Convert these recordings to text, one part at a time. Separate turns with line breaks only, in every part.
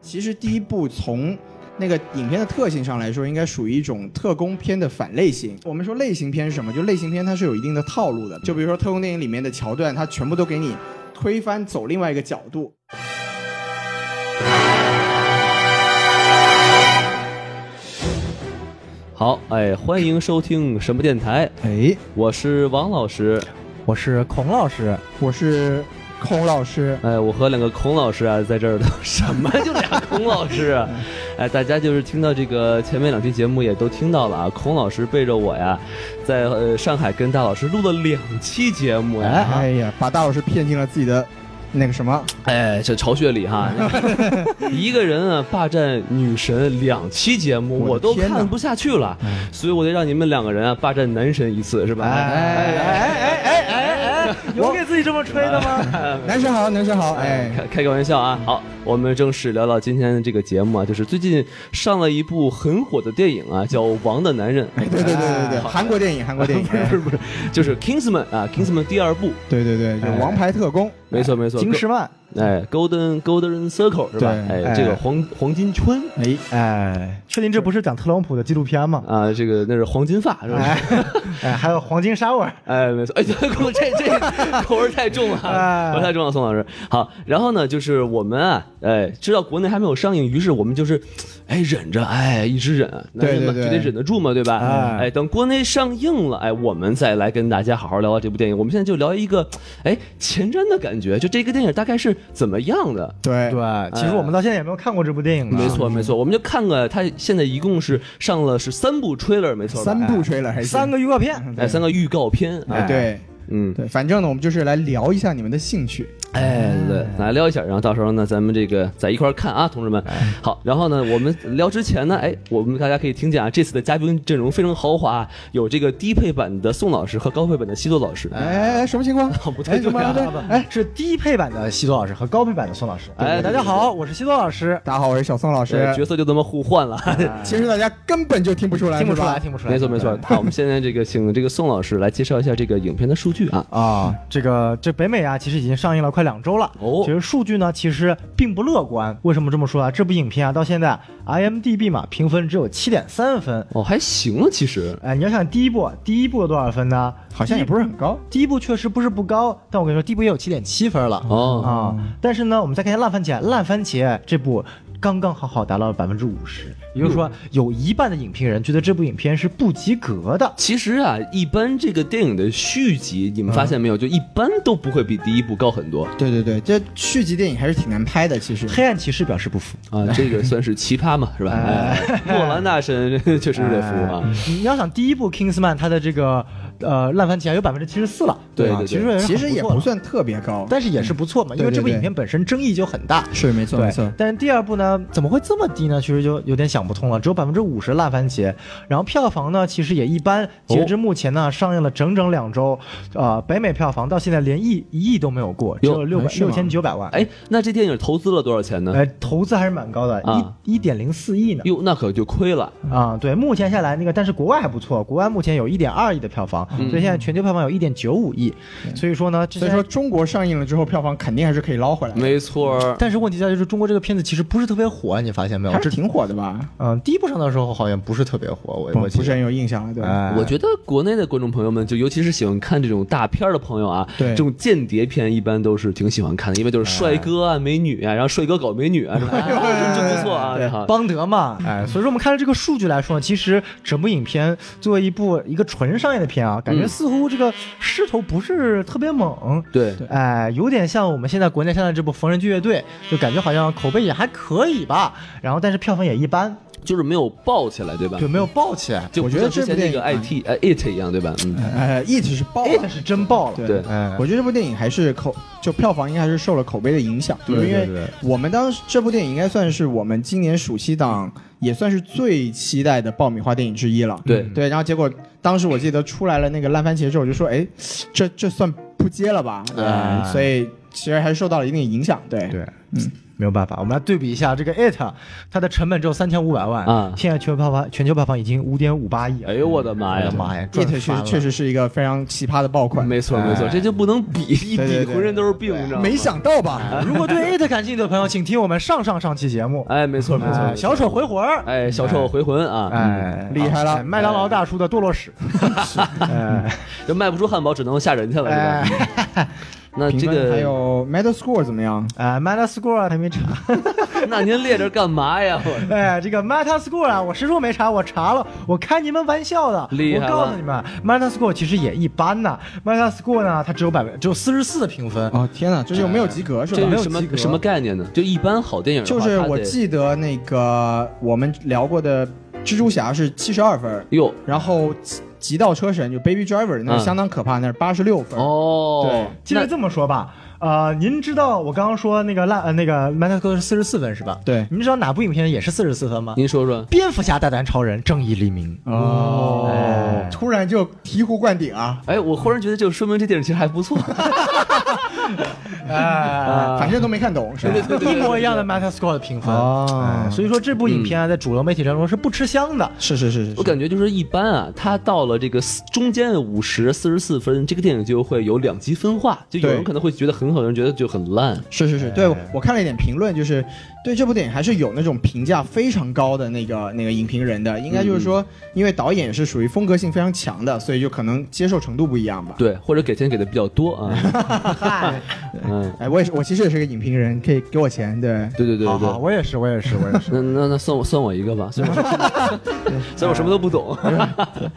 其实第一部从那个影片的特性上来说，应该属于一种特工片的反类型。我们说类型片是什么？就类型片它是有一定的套路的。就比如说特工电影里面的桥段，它全部都给你推翻，走另外一个角度。
好，哎，欢迎收听什么电台？
哎，
我是王老师，
我是孔老师，
我是
孔老师，
哎，我和两个孔老师啊，在这儿都什 么就俩孔老师啊？哎，大家就是听到这个前面两期节目也都听到了啊，孔老师背着我呀，在呃上海跟大老师录了两期节目呀，
哎呀，把大老师骗进了自己的那个什么？
哎，这巢穴里 哈，一个人啊霸占女神两期节目，
我的
我都
天哪
看不下去了，所以我得让你们两个人啊霸占男神一次，是吧？
哎哎哎哎哎，
有给自己这么吹的吗？
男神好，男神好，哎，
开开个玩笑啊！好，我们正式聊到今天的这个节目啊，就是最近上了一部很火的电影啊，叫《王的男人》。
对对对对
哎
对，
好
韩国电影，韩国电影，
不是
哎
不 是不是，就是《Kingsman》啊，《Kingsman》第二部，
对对对，就
哎
王牌特工，
没错没错，
金石曼，
哎，Golden Golden Circle 是吧？
对
哎，
哎
这个黄黄金圈
哎，
哎，确定这不是讲特朗普的纪录片吗？
啊，这个那是黄金发是吧？
哎，哎，还有黄金沙味儿，
哎，没错，哎，这 这这口味太重了，
哎
口味太重了，宋老师。好，然后呢，就是我们啊，哎，知道国内还没有上映，于是我们就是，哎，忍着，哎，一直忍，男人嘛
对对对
就得忍得住嘛，对吧？
哎
哎，等国内上映了，哎，我们再来跟大家好好聊聊这部电影。我们现在就聊一个，哎，前瞻的感觉，就这个电影大概是怎么样的？
对
对，哎其实我们到现在也没有看过这部电影呢，
没
啊
错，没错，我们就看看它现在一共是上了是三部 trailer，没错吧，
三部吹了还是
哎三个预 告片，
哎，三个预告片，
哎
哎，，
对。
嗯，
对，反正呢，我们就是来聊一下你们的兴趣。
哎，
嗯
对对，来聊一下，然后到时候呢，咱们这个在一块儿看啊，同志们。
哎
好，然后呢，我们聊之前呢，哎，我们大家可以听见啊，这次的嘉宾阵容非常豪华，有这个低配版的宋老师和高配版的西多老师。
哎，什么情 况？
不对
哎， 怎么了？对哎，
是低配版的西多老师和高配版的宋老师。
哎
大家好，我是西多老师。
大家好，我是小宋老
对，
师。
呃角色就这么互换了。
其实大家根本就听不出来，
听不
是
出
吧
来，啊听不出来。啊
没错没错
对。
好，我们现在这个请这个宋老师来介绍一下这个影片的数据啊。
啊，这个这北美啊，其实已经上映了快两周了。
哦
其实数据呢，其实并不乐观。为什么这么说啊？这部影片啊，到现在 IMDB 嘛，评分只有七点三分。
哦，还行啊，其实。
哎，你要想第一部，第一部有多少分呢？
好像也不是很高。
第一部确实不是不高，但我跟你说，第一部也有七点七分了。
哦，
啊、但是呢，我们再看一下烂番茄，烂番茄这部刚刚好好达到了百分之五十，也就是说，有一半的影评人觉得这部影片是不及格的。
其实啊，一般这个电影的续集，你们发现没有？就一般都不会比第一部高很多
对对对，这续集电影还是挺难拍的，其实。
黑暗骑士表示不服。
啊。这个算是奇葩嘛，是吧？哎，莫兰大神
哎
确实得服啊。
你要想第一部《Kingsman》，它的这个呃烂番茄有百分之七十四了，
对
吧
对对
其实
其实也不
很错了，
算特别高，
但是也是不错嘛，因为
对对
这部
对
影片本身争议就很大。
是没错
对
没错，。
但是第二部呢，怎么会这么低呢？其实就有点想不通了，只有百分之五十烂番茄，然后票房呢，其实也一般。截至目前呢，上映了整整两周，
哦
呃，北美票房到现在连亿一亿都没有过，只
哟
有六百
是吗
六千九百万。
哎，那这电影投资了多少钱呢？
哎
呃，投资还是蛮高的，
啊
一一点零四亿呢。
哟，那可就亏了。
嗯
啊、对，目前下来那个，但是国外还不错，国外目前有一点二亿的票房，所以现在全球票房有一点九五亿，所以说呢，这
嗯所以说中国上映了之后，票房肯定还是可以捞回来的，
没错儿，
但是问题在于就是中国这个片子其实不是特别火，你发现没有？
还
这
是挺火的吧？
嗯、第一部上的时候好像不是特别火，我
不
我记
不
得
是很有印象了，对吧？
哎，
我觉得国内的观众朋友们，就尤其是喜欢看这种大片儿的朋友啊，
对哎
这种间谍片一般都是挺喜欢看的，因为就是帅哥啊、美女啊，然后帅哥搞美女啊，是 吧？啊真不错啊，嗯
对
好
邦德嘛，哎，所以说我们看了这个数据来说呢，其实整部影片作为一部一个纯商业的片啊，啊，感觉
嗯
似乎这个势头不是特别猛。
对
对
哎，有点像我们现在国内现在这部《缝纫剧乐队》，就感觉好像口碑也还可以吧，然后但是票房也一般，
就是没有爆起来，对吧
就？没有爆起来。
就
我
不
觉
像
得
之
这部
前那
电
个
影啊
IT 呃 IT 一样，对吧？嗯，
呃，it 是爆了
it 是真爆了，
对
哎
我觉得这部电影还是口，就票房应该还是受了口碑的影响，
对
因
对
为
对
我们当时这部电影应该算是我们今年暑期档也算是最期待的爆米花电影之一了。
对
对，然后结果当时我记得出来了那个烂番茄之后，我就说，哎，这这算扑街了吧？呃
哎
所以其实还是受到了一定的影响。对，
对，嗯，没有办法，我们来对比一下这个 it，它的成本只有三千五百万
啊
现在全球票房全球票房已经五点五八亿了，
哎呦我的妈
我
呀
的！妈呀，哎赚
it
翻
是
了
，E 确实是一个非常奇葩的爆款，
没错没错，这就不能比，一比
哎对对对
浑身都是病，你知道吗？
没想到吧？
如果对 it 感兴趣的朋友，请听我们上上上期节目，
哎，没错没错，
哎小丑回魂儿，
哎小丑回魂啊，
哎，
厉害了
麦当劳大叔的堕落史，哎，
就卖不出汉堡，只能吓人去了，对吧？ 那
哎评
这
分还
个，
有 Metascore 怎么样？
哎，Metascore 还没查，
那您列这干嘛 呀？我
哎，这个 Metascore 啊，我实说没查，我查了，我开你们玩笑的，
厉害
我告
了
诉你们，Metascore 其实也一般呐，Metascore 呢，它只有百分只有四十四评分，
哦天哪，这就没有及格是吧？
这是
没有
什
及
么
格
什么概念呢？就一般好电影的
就
话
是
它
我
得
记得那个我们聊过的蜘蛛侠是七十二分，
哟
然后极极道车神就 Baby Driver 那
嗯
是相当可怕，那是八十六分。
哦
对，
其实这么说吧，呃，您知道我刚刚说那个烂呃那个 Metascore 是四十四分是吧？
对
您知道哪部影片也是四十四分吗？
您说说，
蝙蝠侠大战超人，正义黎明。
哦
哎
突然就醍醐灌顶啊！
哎，我忽然觉得就说明这电影其实还不 错，
哎，
啊
反正都没看懂，是吧？
一模一样的 Metascore 的评分。
哦
哎所以说这部影片
嗯
啊，在主流媒体当中是不吃香的。
是是是是
我
是，
感觉就是一般啊，它到了这个四中间五十四十四分，这个电影就会有两极分化，就有人
对
可能会觉得很好，有人觉哎得就很烂。
是是是，对我看了一点评论，就是对这部电影还是有那种评价非常高的那个那个影评人的，应该就是
嗯
说，因为导演是属于风格性非常强的，所以就可能接受程度不一样吧。
对，或者给钱给的比较多啊，
嗨，
嗯，
哎，我也是，我其实也是个影评人，可以给我钱，对。
对对对
好
对
好，
对。
我也是，我也是，我 也是。
那那那算我算我一个吧，虽然我虽然我什么都不懂，
哎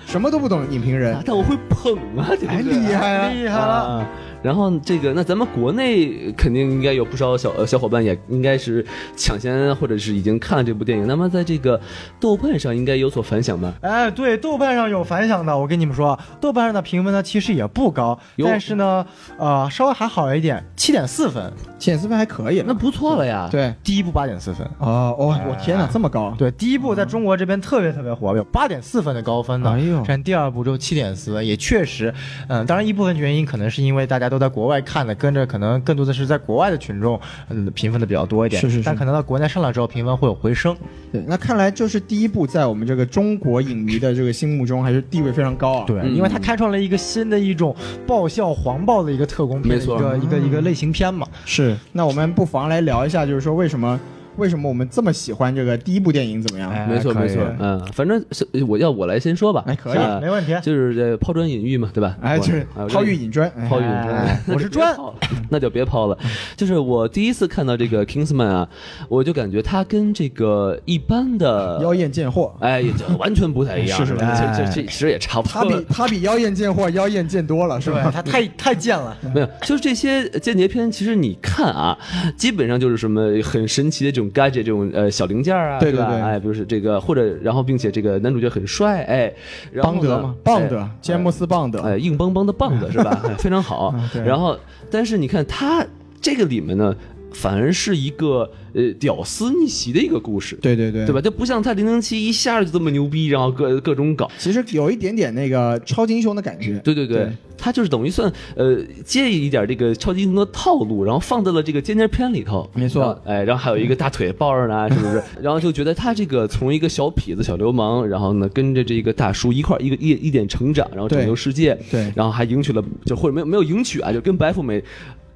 什么都不懂，影评人，
但我会捧啊，对
哎，
不对？
厉害啊！
厉害了，
啊。然后这个，那咱们国内肯定应该有不少小呃小伙伴也应该是抢先或者是已经看了这部电影。那么在这个豆瓣上应该有所反响吧？
哎，对，豆瓣上有反响的，我跟你们说，啊豆瓣上的评分呢其实也不高，
哟
但是呢，呃，稍微还好一点，七点四分，
浅四分还可以了
那不啊哎错了呀。，
对，
第一部八点四分。
哦哦，我天哪，这么高！
对，第一部在中国这边特别特别火，有八点四分的高分呢。
哎呦
但第二部就七点四分，也确实，嗯，当然一部分原因可能是因为大家都在国外看的，跟着可能更多的是在国外的群众，嗯，评分的比较多一点。
是是是
但可能到国内上了之后，评分会有回升。
对，那看来就是第一部在我们这个中国影迷的这个心目中还是地位非常高啊。
对，
嗯
因为它开创了一个新的一种爆笑黄暴的一个特工片，
没错
一个一个一个类型片嘛。
是。那我们不妨来聊一下，就是说为什么为什么我们这么喜欢这个第一部电影怎么样？
哎
没错
可以
没错。嗯，反正是我要我来先说吧。
哎可以
啊
没问题
就是这抛砖引玉嘛，对吧？
哎，就是
我
抛玉。引砖，
哎
哎
抛玉引
哎
砖，
我是砖
别抛了， 那就别抛了。就是我第一次看到这个 Kingsman 啊，我就感觉它跟这个一般的
妖艳贱货，
哎，也就完全不太一样，
是是哎
吧？
是
这这这其实也差不
他
多
比
了。
他比妖艳贱货妖艳贱多了，是吧？
它太太贱了。
没有，就是这些间谍片，其实你看啊，基本上就是什么很神奇的这种 gadget 这种呃小零件啊，
对对
吧？
对
哎，比如说这个，或者然后并且这个男主角很帅，哎，然后
邦
呢
德嘛，邦德
哎，
詹姆斯邦德，
哎，硬邦邦的棒子是 吧？哎非常好
嗯。对
然后，但是你看他这个里面呢，反而是一个呃屌丝逆袭的一个故事，
对对对，
对吧？？就不像他零零七一下就这么牛逼，然后各各种搞。
其实有一点点那个超级英雄的感觉，
对对对，
对
他就是等于算呃借一点这个超级英雄的套路，然后放到了这个间谍片里头，
没错
然后。哎，然后还有一个大腿抱着 呢，是不是？然后就觉得他这个从一个小痞子、小流氓，然后呢跟着这个大叔一块儿一个一一点成长，然后拯救
对
世界，
对
然后还迎娶了，就或者没有没有迎娶啊，就跟白富美。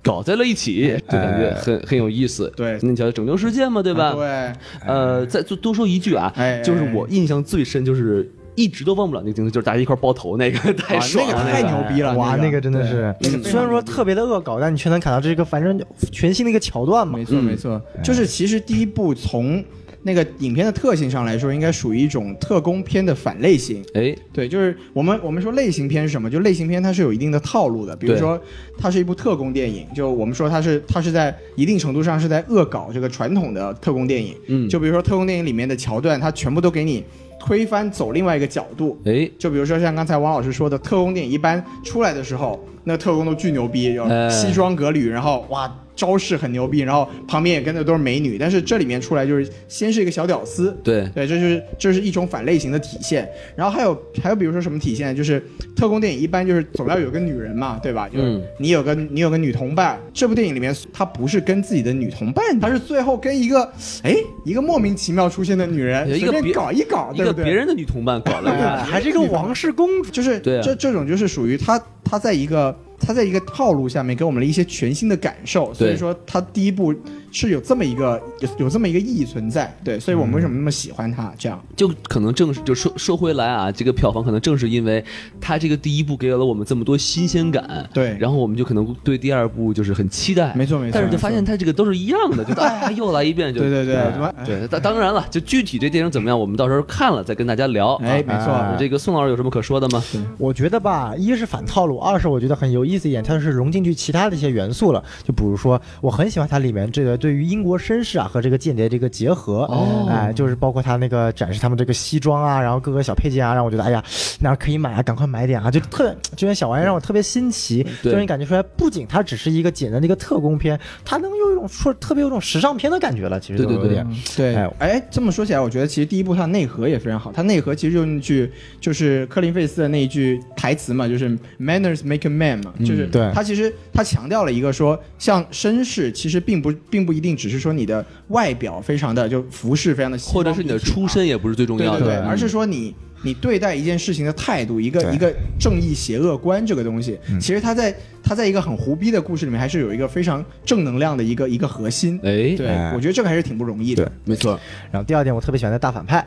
搞在了一起，就感觉很、很有意思。
对啊
那你瞧，拯救世界嘛，对吧？
哎对，
呃，再多多说一句啊，
哎
就是我印象最深，就是一直都忘不了那个镜头，就是大家一块儿抱头那个， 太
哇
爽
啊那
了，
个太牛逼了，
哇，那
那
个真的
对
是，
那个非常
虽然说特别的恶搞，但你却能看到这是一个反正全新的一个桥段嘛嗯哎
没。错没错，就是其实第一部从那个影片的特性上来说，应该属于一种特工片的反类型。
哎，
对，就是我们我们说类型片是什么？就类型片它是有一定的套路的，比如
对
说它是一部特工电影，就我们说它是它是在一定程度上是在恶搞这个传统的特工电影。
嗯，
就比如说特工电影里面的桥段，它全部都给你推翻，走另外一个角度。
哎，
就比如说像刚才王老师说的，特工电影一般出来的时候，那特工都巨牛逼，然
哎
后西装革履，然后哇招式很牛逼，然后旁边也跟着都是美女。但是这里面出来就是先是一个小屌丝，
对，
对，这是这是一种反类型的体现。然后还有还有比如说什么体现呢，就是特工电影一般就是总要有个女人嘛，对吧？就是
嗯
你有个你有个女同伴，这部电影里面她不是跟自己的女同伴，她是最后跟一个哎一个莫名其妙出现的女人
有一
随
个
便
别
搞一搞，
一
啊对
个
不对？
别人的女同伴搞了 一个，
哎 还是一个王室公主，
就是
对啊
这这种就是属于他他在一个他在一个套路下面给我们了一些全新的感受，所以
对
说他第一部是有这么一个有有这么一个意义存在，对，所以我们为什么那么喜
嗯
欢他这样？
就可能正是就说说回来啊，这个票房可能正是因为它这个第一部给了我们这么多新鲜感，
对
然后我们就可能对第二部就是很期待，
没错没错
但是就
没错
发现它这个都是一样的， 就哎呀又来一遍就，哎
对对对怎么
对，当当然了，就具体这电影怎么样，我们到时候看了再跟大家聊。
哎，没错，
啊
这个宋老师有什么可说的吗？
我觉得吧，一是反套路，二是我觉得很有意思一点，它是融进去其他的一些元素了。就比如说，我很喜欢它里面这个对于英国绅士啊和这个间谍这个结合，
哦
哎，就是包括它那个展示他们这个西装啊，然后各个小配件啊，让我觉得哎呀，哪儿可以买啊，赶快买点啊，就特别这些小玩意儿让我特别新奇，
对
就让你感觉出来，不仅它只是一个简单的一个特工片，它能有一种说特别有一种时尚片的感觉了，其实
对对
都有
对
点
对
哎，
哎，这么说起来，我觉得其实第一部它的内核也非常好，它内核其实就是那句就是科林费斯的那一句台词嘛，就是 manners make a man 嘛，
嗯
就是
对
它其实它强调了一个说，像绅士其实并不并不一定只是说你的外表非常的就服饰非常的西装
或者是你的
笔挺啊
出身也不是最重
对
要的，
对对，
嗯
而是说你你对待一件事情的态度，一个
对嗯
一个正义邪恶观这个东西，其实它在它在一个很胡逼的故事里面，还是有一个非常正能量的一个一个核心。
哎，
对
哎，
我觉得这个还是挺不容易的
对。
没错，
然后第二点，我特别喜欢的大反派，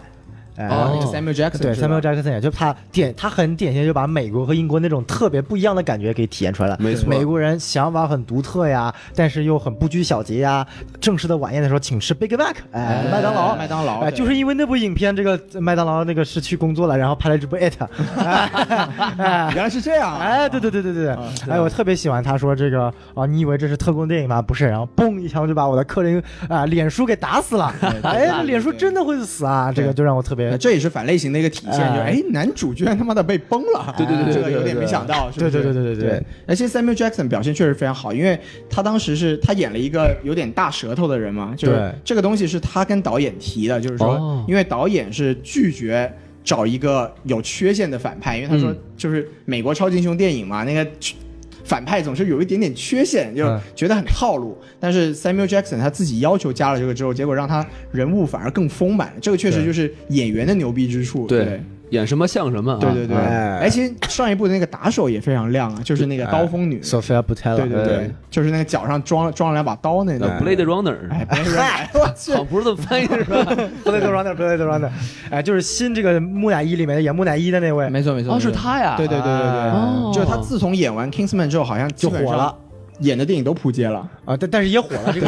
哎，
啊，那
哦
个 Samuel Jackson
对
是吧
，Samuel Jackson 也就他典，他很典型地就把美国和英国那种特别不一样的感觉给体现出来了。
没错
美国人想法很独特呀，但是又很不拘小节呀。正式的晚宴的时候，请吃 Big Mac，哎，麦当劳，
麦当劳
哎，
对
就是因为那部影片，这个麦当劳那个是去工作了，然后拍了这部 It，哎
原来是这样啊，
哎，对对对对对对
啊，
哎，我特别喜欢他说这个啊，你以为这是特工电影吗？不是，然后嘣一枪就把我的客人啊脸书给打死了，哎，脸书真的会死啊，这个就让我特别
呃这也是反类型的一个体现，
哎
就哎，男主居然他妈的被崩了，啊
对对对对
这
对
个
对
有点
对
没想到，是不是
对对对对对对
对。而且 Samuel Jackson 表现确实非常好，因为他当时是他演了一个有点大舌头的人嘛，就是
对
这个东西是他跟导演提的，就是
哦
说，因为导演是拒绝。找一个有缺陷的反派，因为他说
嗯
就是美国超级英雄电影嘛，那个反派总是有一点点缺陷，就
嗯
觉得很套路。但是 Samuel Jackson 他自己要求加了这个之后，结果让他人物反而更丰满了。这个确实
对
就是演员的牛逼之处。
对啊
对，
演什么像什么啊，
对对对。
哎
哎，其实上一部的那个打手也非常亮啊，就是那个刀锋女。
Sophia Butella，
对对
对
哎
对，就是那个脚上装了装了两把刀那个。
呃，Blade Runner，
哎，不是，我去
好，像不是这么翻译是吧？
，Blade Runner，Blade Runner，哎，就是新这个木乃伊里面的演木乃伊的那位，啊
没错没错，
哦，
没错
是。他呀，
对对对对对，
哦
就是他自从演完 Kingsman 之后，好像基本
就火
上
了，
演的电影都扑街了。
啊，但但是也火了这个。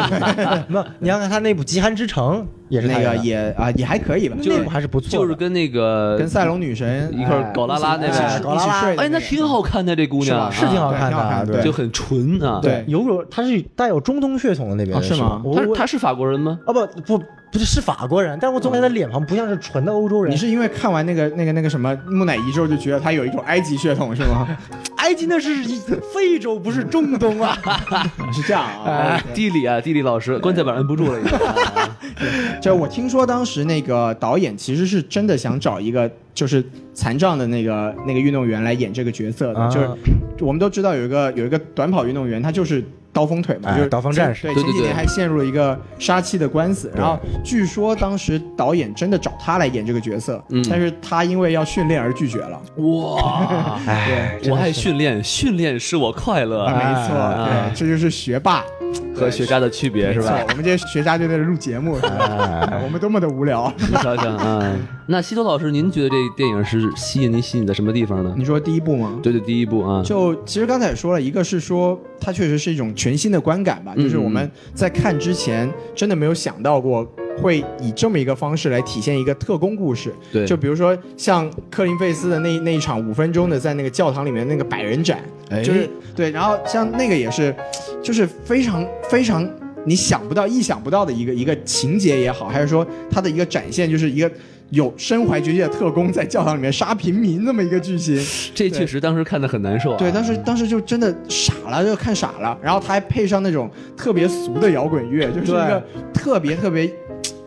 那你要看他那部《极寒之城》也是他
那个
演的
也啊也还可以吧，
那部还是不错的，
就是跟那个
跟赛隆女神
一块儿
哎
搞拉拉那
一起
哎
吃
位，
搞拉拉
一起睡的
哎，那
个
挺好看的这姑
是
娘
吧
啊，
是挺好
对
看
挺好看
的，
的
对
就很纯啊。
对
有有，他是带有中东血统的那边
啊
的
是吗
我
他
我
他是法国人吗？
啊不不不是是法国人，但我总感觉他脸庞不像是纯的欧洲人。
你是因为看完那个那个那个什么木乃伊之后就觉得他有一种埃及血统是 吗？
埃及那哎是一非洲，不是中东啊。
是这样
哎
啊。
地理啊，地理老师，棺材板摁不住了已 经。
就我听说当时那个导演其实是真的想找一个就是残障的那个那个运动员来演这个角色的，
啊
就是我们都知道有一个有一个短跑运动员，他就是。刀锋腿嘛，
哎
就是
刀锋战士
对，
对对
前几年
对
还陷入了一个杀妻的官司，然后据说当时导演真的找他来演这个角色，
嗯
但是他因为要训练而拒绝了。
哇，
哎，
我爱训练，训练使我快乐
啊，没错，
啊
对，这就是学霸
和学渣的区别是
是吧啊
吧？？
我们这些学渣就在这录节目，是吧？ 我们多么的无聊。
你想想啊， 那西多老师，您觉得这电影是吸引您吸引在什么地方呢？
你说第一部吗？
对对，第一部啊，
就其实刚才也说了，一个是说它确实是一种全新的观感吧，
嗯
就是我们在看之前真的没有想到过会以这么一个方式来体现一个特工故事。
对
就比如说像克林费斯的那那一场五分钟的在那个教堂里面那个百人斩，
哎
就是对，然后像那个也是，就是非常非常你想不到、意想不到的一个一个情节也好，还是说它的一个展现，就是一个有身怀绝技的特工在教堂里面杀平民这么一个剧情。
这确实当时看的很难受、啊。
对，当时当时就真的傻了，就看傻了。然后他还配上那种特别俗的摇滚乐，就是一个特别特别，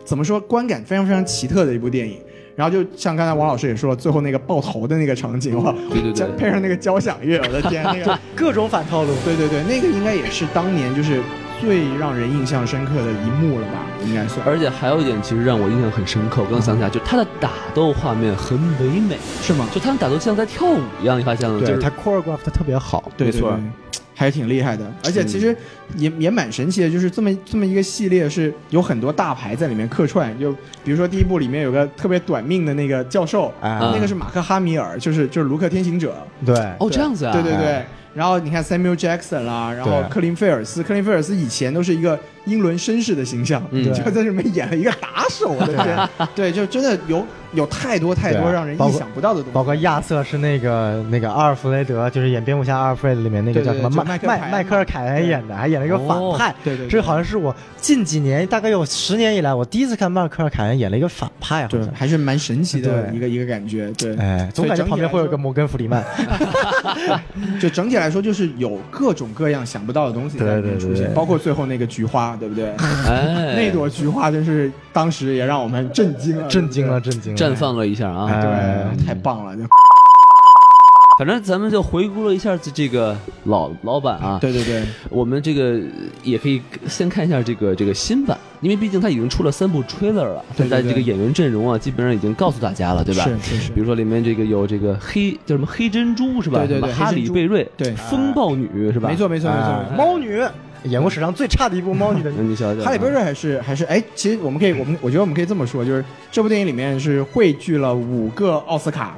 怎么说，观感非常非常奇特的一部电影。然后就像刚才王老师也说了，最后那个爆头的那个场景，哇，
对对
再
对
配上那个交响乐，我的天，那个，
各种反套路。
对对对，那个应该也是当年就是最让人印象深刻的一幕了吧，应该算
而且还有一点，其实让我印象很深刻。我刚想起来，就他的打斗画面很唯美，
是吗？
就他们打斗像在跳舞一样，你发现了吗？就
对
是
他 choreograph 他特别好，
对，
没错
对对还是挺厉害的。而且其实也、也蛮神奇的，就是这么这么一个系列是有很多大牌在里面客串，就比如说第一部里面有个特别短命的那个教授，
哎
嗯
那个是马克哈米尔，就是就是卢克天行者，
对，
哦这样子啊，
对对对。然后你看 Samuel Jackson 啦，然后
对
克林菲尔斯，克林菲尔斯以前都是一个英伦绅士的形象，
嗯
就在里面演了一个打手，我的天， 对，就真的有有太多太多
对
让人
包
意
括
想不到的东西，
包括亚瑟是那个那个阿尔弗雷德，就是演蝙蝠侠阿尔弗雷德里面那个
对
叫
对
什
就
么麦
麦克凯
麦
恩
麦克尔凯恩
对
演的，还演了一个反
哦
派。
对对对
这好像是我近几年，大概有十年以来，我第一次看迈克尔·凯恩演了一个反派，好
对
像，。
还是蛮神奇的
对
一个一个感觉，对，
哎，总
所以整
感觉
体
旁边
来
会有
说
个摩根·弗里曼。
就整体来说，就是有各种各样想不到的东西在里面出现，
对对对对
包括最后那个菊花，对不对？
哎，
那朵菊花真是当时也让我们震惊了，
震惊了，
对
震惊了！
绽放了一下啊。
不对，
哎
对，太棒了，就
反正咱们就回顾了一下这这个老老版啊，
对对对，
我们这个呃也可以先看一下这个这个新版，因为毕竟它已经出了三部 trailer 了，
对对对
现在这个演员阵容啊，基本上已经告诉大家了，对吧？
是是是
比，如说里面这个有这个黑叫什么黑珍珠是吧？
对对对
什么哈
黑珍
里
珠
贝瑞，
对
风暴女是吧？，
没错没错没
啊
错，猫
猫女演过史上最差的一部猫女的
嗯，你瞧瞧啊，
哈利波特还是还是哎，其实我们可以，我们我觉得我们可以这么说，就是这部电影里面是汇聚了五个奥斯卡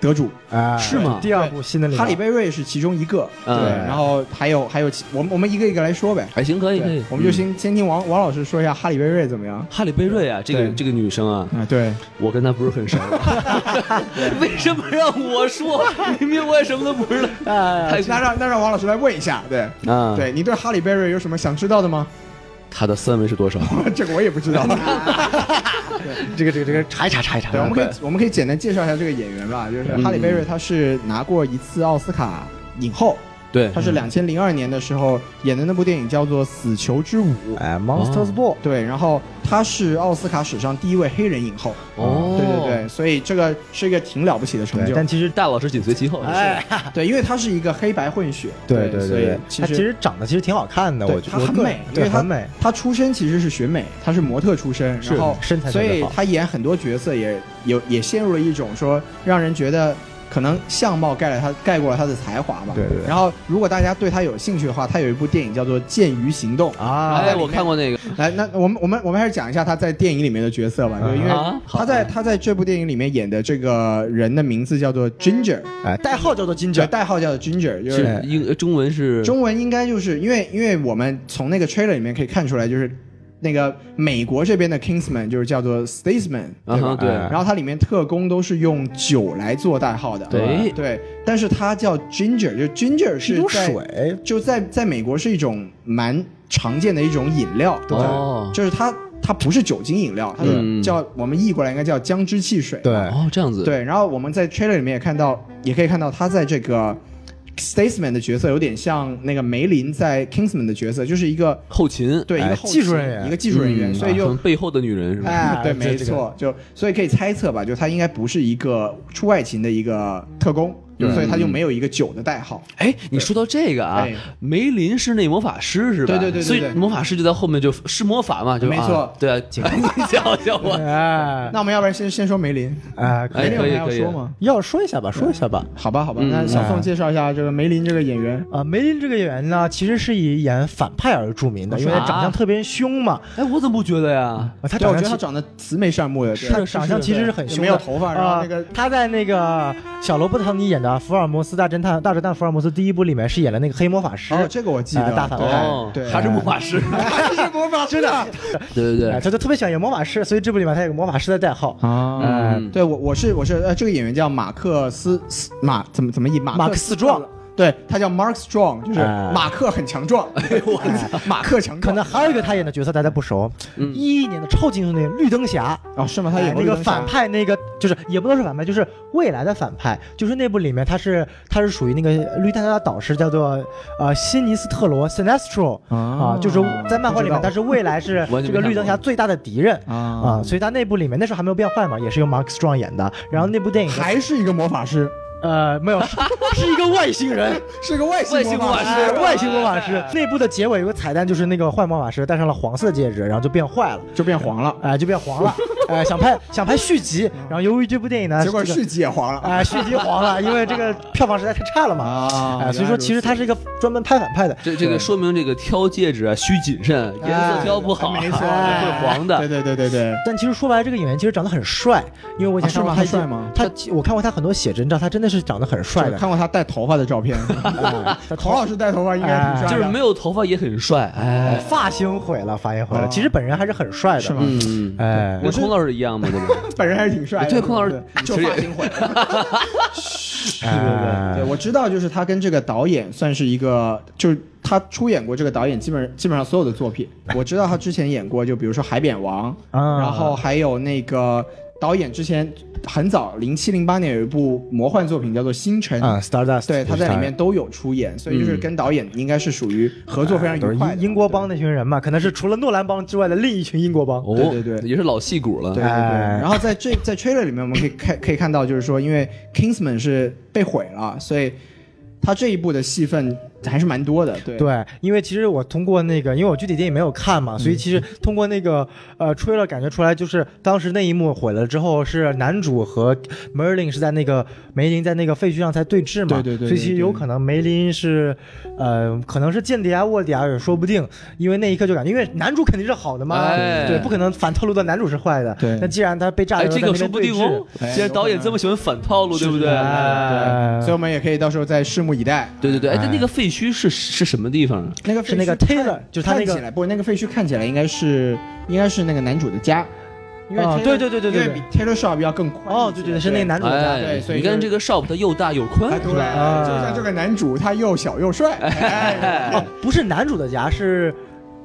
得主，
哎
是吗
第二部新的里面
啊哈里贝瑞是其中一个，对，
嗯
然后还有还有其，我们我们一个一个来说呗，
还哎行，可以可以
对，，我们就
嗯。
先先听王王老师说一下哈里贝瑞怎么样。
哈里贝瑞啊，这个
对
这个女生啊，
啊，对，
我跟她不是很熟，啊 为什么让我说？明明我也什么都不知道
呃
太
那让那让王老师来问一下，对，
嗯
啊。，
对你对哈利贝瑞有什么想知道的吗？
她的三围是多少？
这个我也不知道。
这个这个这个查一查查一查，
对，我们可以我们可以简单介绍一下这个演员吧，就是
嗯
哈利贝瑞，他是拿过一次奥斯卡影后，
对
嗯
他，是两千零二年的时候演的那部电影叫做《死囚之舞》，
哎，Monsters
哦
Ball，
对，然后他是奥斯卡史上第一位黑人影后，
哦，
对对对，所以这个是一个挺了不起的成
对，
就，
但其实
大老师紧随其后，
哎，
对，因为他是一个黑白混血，
对对
所以
对，
其
她其
实
实长得其实挺好看的，
对
我觉
她
得
很
我个
美因
对，
为她
很美，
她出身其实是选美，她是模特出身，
是
然后
身材特
所
别
以
好
她演很多角色也有也陷入了一种说让人觉得可能相貌盖了她盖过了她的才华吧。
对对对
然后如果大家对她有兴趣的话，她有一部电影叫做《剑鱼行动》。
啊
哎，我看过那个，
来，那我们我们我们还是讲一下她在电影里面的角色吧，对，因为
啊
她在她在这部电影里面演的这个人的名字叫做 Ginger，
哎，代号叫做金
就
角，
代号叫做 Ginger，就是
是英呃中文是
中文应该就是因为因为我们从那个 trailer 里面可以看出来，就是那个美国这边的 Kingsman 就是叫做 Statesman，
啊
对吧？
哈，对，
哎
然后它里面特工都是用酒来做代号的，啊
对
对，但是它叫 Ginger，就 Ginger
是一
是
种
在
水，
就在在美国是一种蛮常见的一种饮料，对吧
哦
就是它它不是酒精饮料，它
嗯
是叫我们译过来应该叫姜汁汽水，
对，
哦，这样子，，
哎对，然后我们在 trailer 里面也看到，也可以看到他在这个 Statesman 的角色有点像那个梅林在 Kingsman 的角色，就是一个
后勤，
对一
哎
个后
技术
勤
人员
一个技术人员，
嗯
所以就
嗯背后的女人是吧？
哎，对，
这
没
这个
错，就所以可以猜测吧，就他应该不是一个出外勤的一个特工，
嗯
所以他就没有一个酒的代号。
哎，你说到这个啊
哎，
梅林是那魔法师是吧？
对对对对
所以
对
魔法师就在后面就是魔法嘛，就
没错
啊对啊，你 瞧瞧我，
哎
那我们要不然先先说梅林，
哎，
哎
梅林我
可以
们还要
可以
说吗？
要说一下吧，说一下吧。
好吧，好吧，
嗯
那小
哎
宋介绍一下这个梅林这个演员。
啊，梅林这个演员呢，其实是以演反派而著名的，
哦
因为他长相特别凶嘛。
哎，我怎么不觉得呀？
啊他
对我觉
长相
得
其
他长得慈眉善目的，对
他长相其实是很
对
凶的，
没有头发，然后
啊
那个
他在那个小罗伯特唐尼演的的《福尔摩斯大侦探大侦探福尔摩斯》第一部里面是演了那个黑魔法师，
哦，这个我记得，
哎大反派
哦，
对，哎
还是魔法师，
是魔法师 的
对对
哎
对，
他就特别喜欢演魔法师，所以这部里面他有个魔法师的代号。
啊。
哎
嗯
对我我是我是呃，这个演员叫马克思斯马怎么怎么译马
马克
克
思壮，
对他叫 Mark Strong，就是
哎
马克很强壮。我 马克强壮，
可能还有一个他演的角色大家不熟，
嗯
一一年的超级英雄电影《绿灯侠》，
哦是吗？他演
哎
过
那个
绿灯侠
反派，那个就是也不能说反派，就是未来的反派，就是那部里面他是他是属于那个绿灯侠的导师叫做呃辛尼斯特罗 （Sinestro） 啊，就是在漫画
不
里面
知道
他是未来是
完全没
这个绿灯侠
看
最大的敌人。啊
啊，，
所以他那部里面那时候还没有变坏嘛，也是由 Mark Strong 演的。然后那部电影
还是一个魔法师，
呃没有，是 是一个外星人，
是个外
外
星
星魔法
法
师
哎外星魔法师
哎。
那部的结尾有个彩蛋，就是那个坏魔法师戴上了黄色戒指，然后就变坏了。
就变黄了，
哎、就变 黄了，哎、想拍想拍续集，然后由于这部电影呢，
嗯结果
哎这个
续集也黄了
哎、续集 黄了，因为这个票房实在太差了嘛，
啊
哎、所以说其实他是一个专门拍反派的，
这这个说明这个挑戒指啊需谨慎，颜色挑不好，
哎没错
哎会黄
对
的。
对对对对，
但其实说白了，这个演员其实长得很帅，因为我以前
啊是
看过
吗
他一
他
些、
帅吗
他我看过他很多写真照，他真的是长得很帅
就
的
看。过他戴头发的照片，嗯
哎他
孔老师戴头发应该挺帅的，
就是没有头发也很帅，哎，
发型毁了，发型毁了。
啊
其实本人还是很帅的，
是吗
嗯，
哎，
跟孔老师一样嘛，对吧？
本人还是挺帅的。
对孔老师
就
其实
发型毁了。
对
对对
哎
对，我知道，就是他跟这个导演算是一个，就是他出演过这个导演基本基本上所有的作品。我知道他之前演过，就比如说《海扁王》，
啊
然后还有那个导演之前很早零七零八年有一部魔幻作品叫做《星辰》。
啊，Stardust，
对，他在里面都有出演，所以就是跟导演应该是属于合作非常
嗯都是
愉快的
英英国帮那群人嘛，可能是除了诺兰帮之外的另一群英国帮。
哦，
对对对
也是老戏骨了。
对对对，
哎
然后在这在 trailer 里面，我们可以看可以看到，就是说，因为 Kingsman 是被毁了，所以他这一部的戏份还是蛮多的。对
对，因为其实我通过那个，因为我具体电影没有看嘛，
嗯
所以其实通过那个呃 trailer 感觉出来，就是当时那一幕毁了之后，是男主和梅林是在那个梅林在那个废墟上才对峙嘛，
对对对对
所以其实有可能梅林是呃可能是间谍啊卧底啊也说不定，因为那一刻就感觉，因为男主肯定是好的嘛，
哎
对，不可能反套路的男主是坏的，
对
那既然他被炸
哎，
了之
这
后
个
在那
说
边
不
对峙，
定哦。
哎
既然导演这么喜欢反套路，对不对？
哎
所以我们也可以到时候再拭目以待。
对对对，哎，但那个废墟是是什么地方啊？
那个
是那个
废墟
Taylor，就是他那
看
个
起来不，那个废墟看起来应该是应该是那个男主的家，因为
啊
Taylor-
对对对对对
因为比 Taylor Shop 要更宽一些。
哦，对对对，是那个男主的家。
哎
对，所以
你
就是
看这个 shop 它又大又
哎，
宽，
对，
吧
就像这个男主，他又小又帅。哎
哦，不是男主的家，是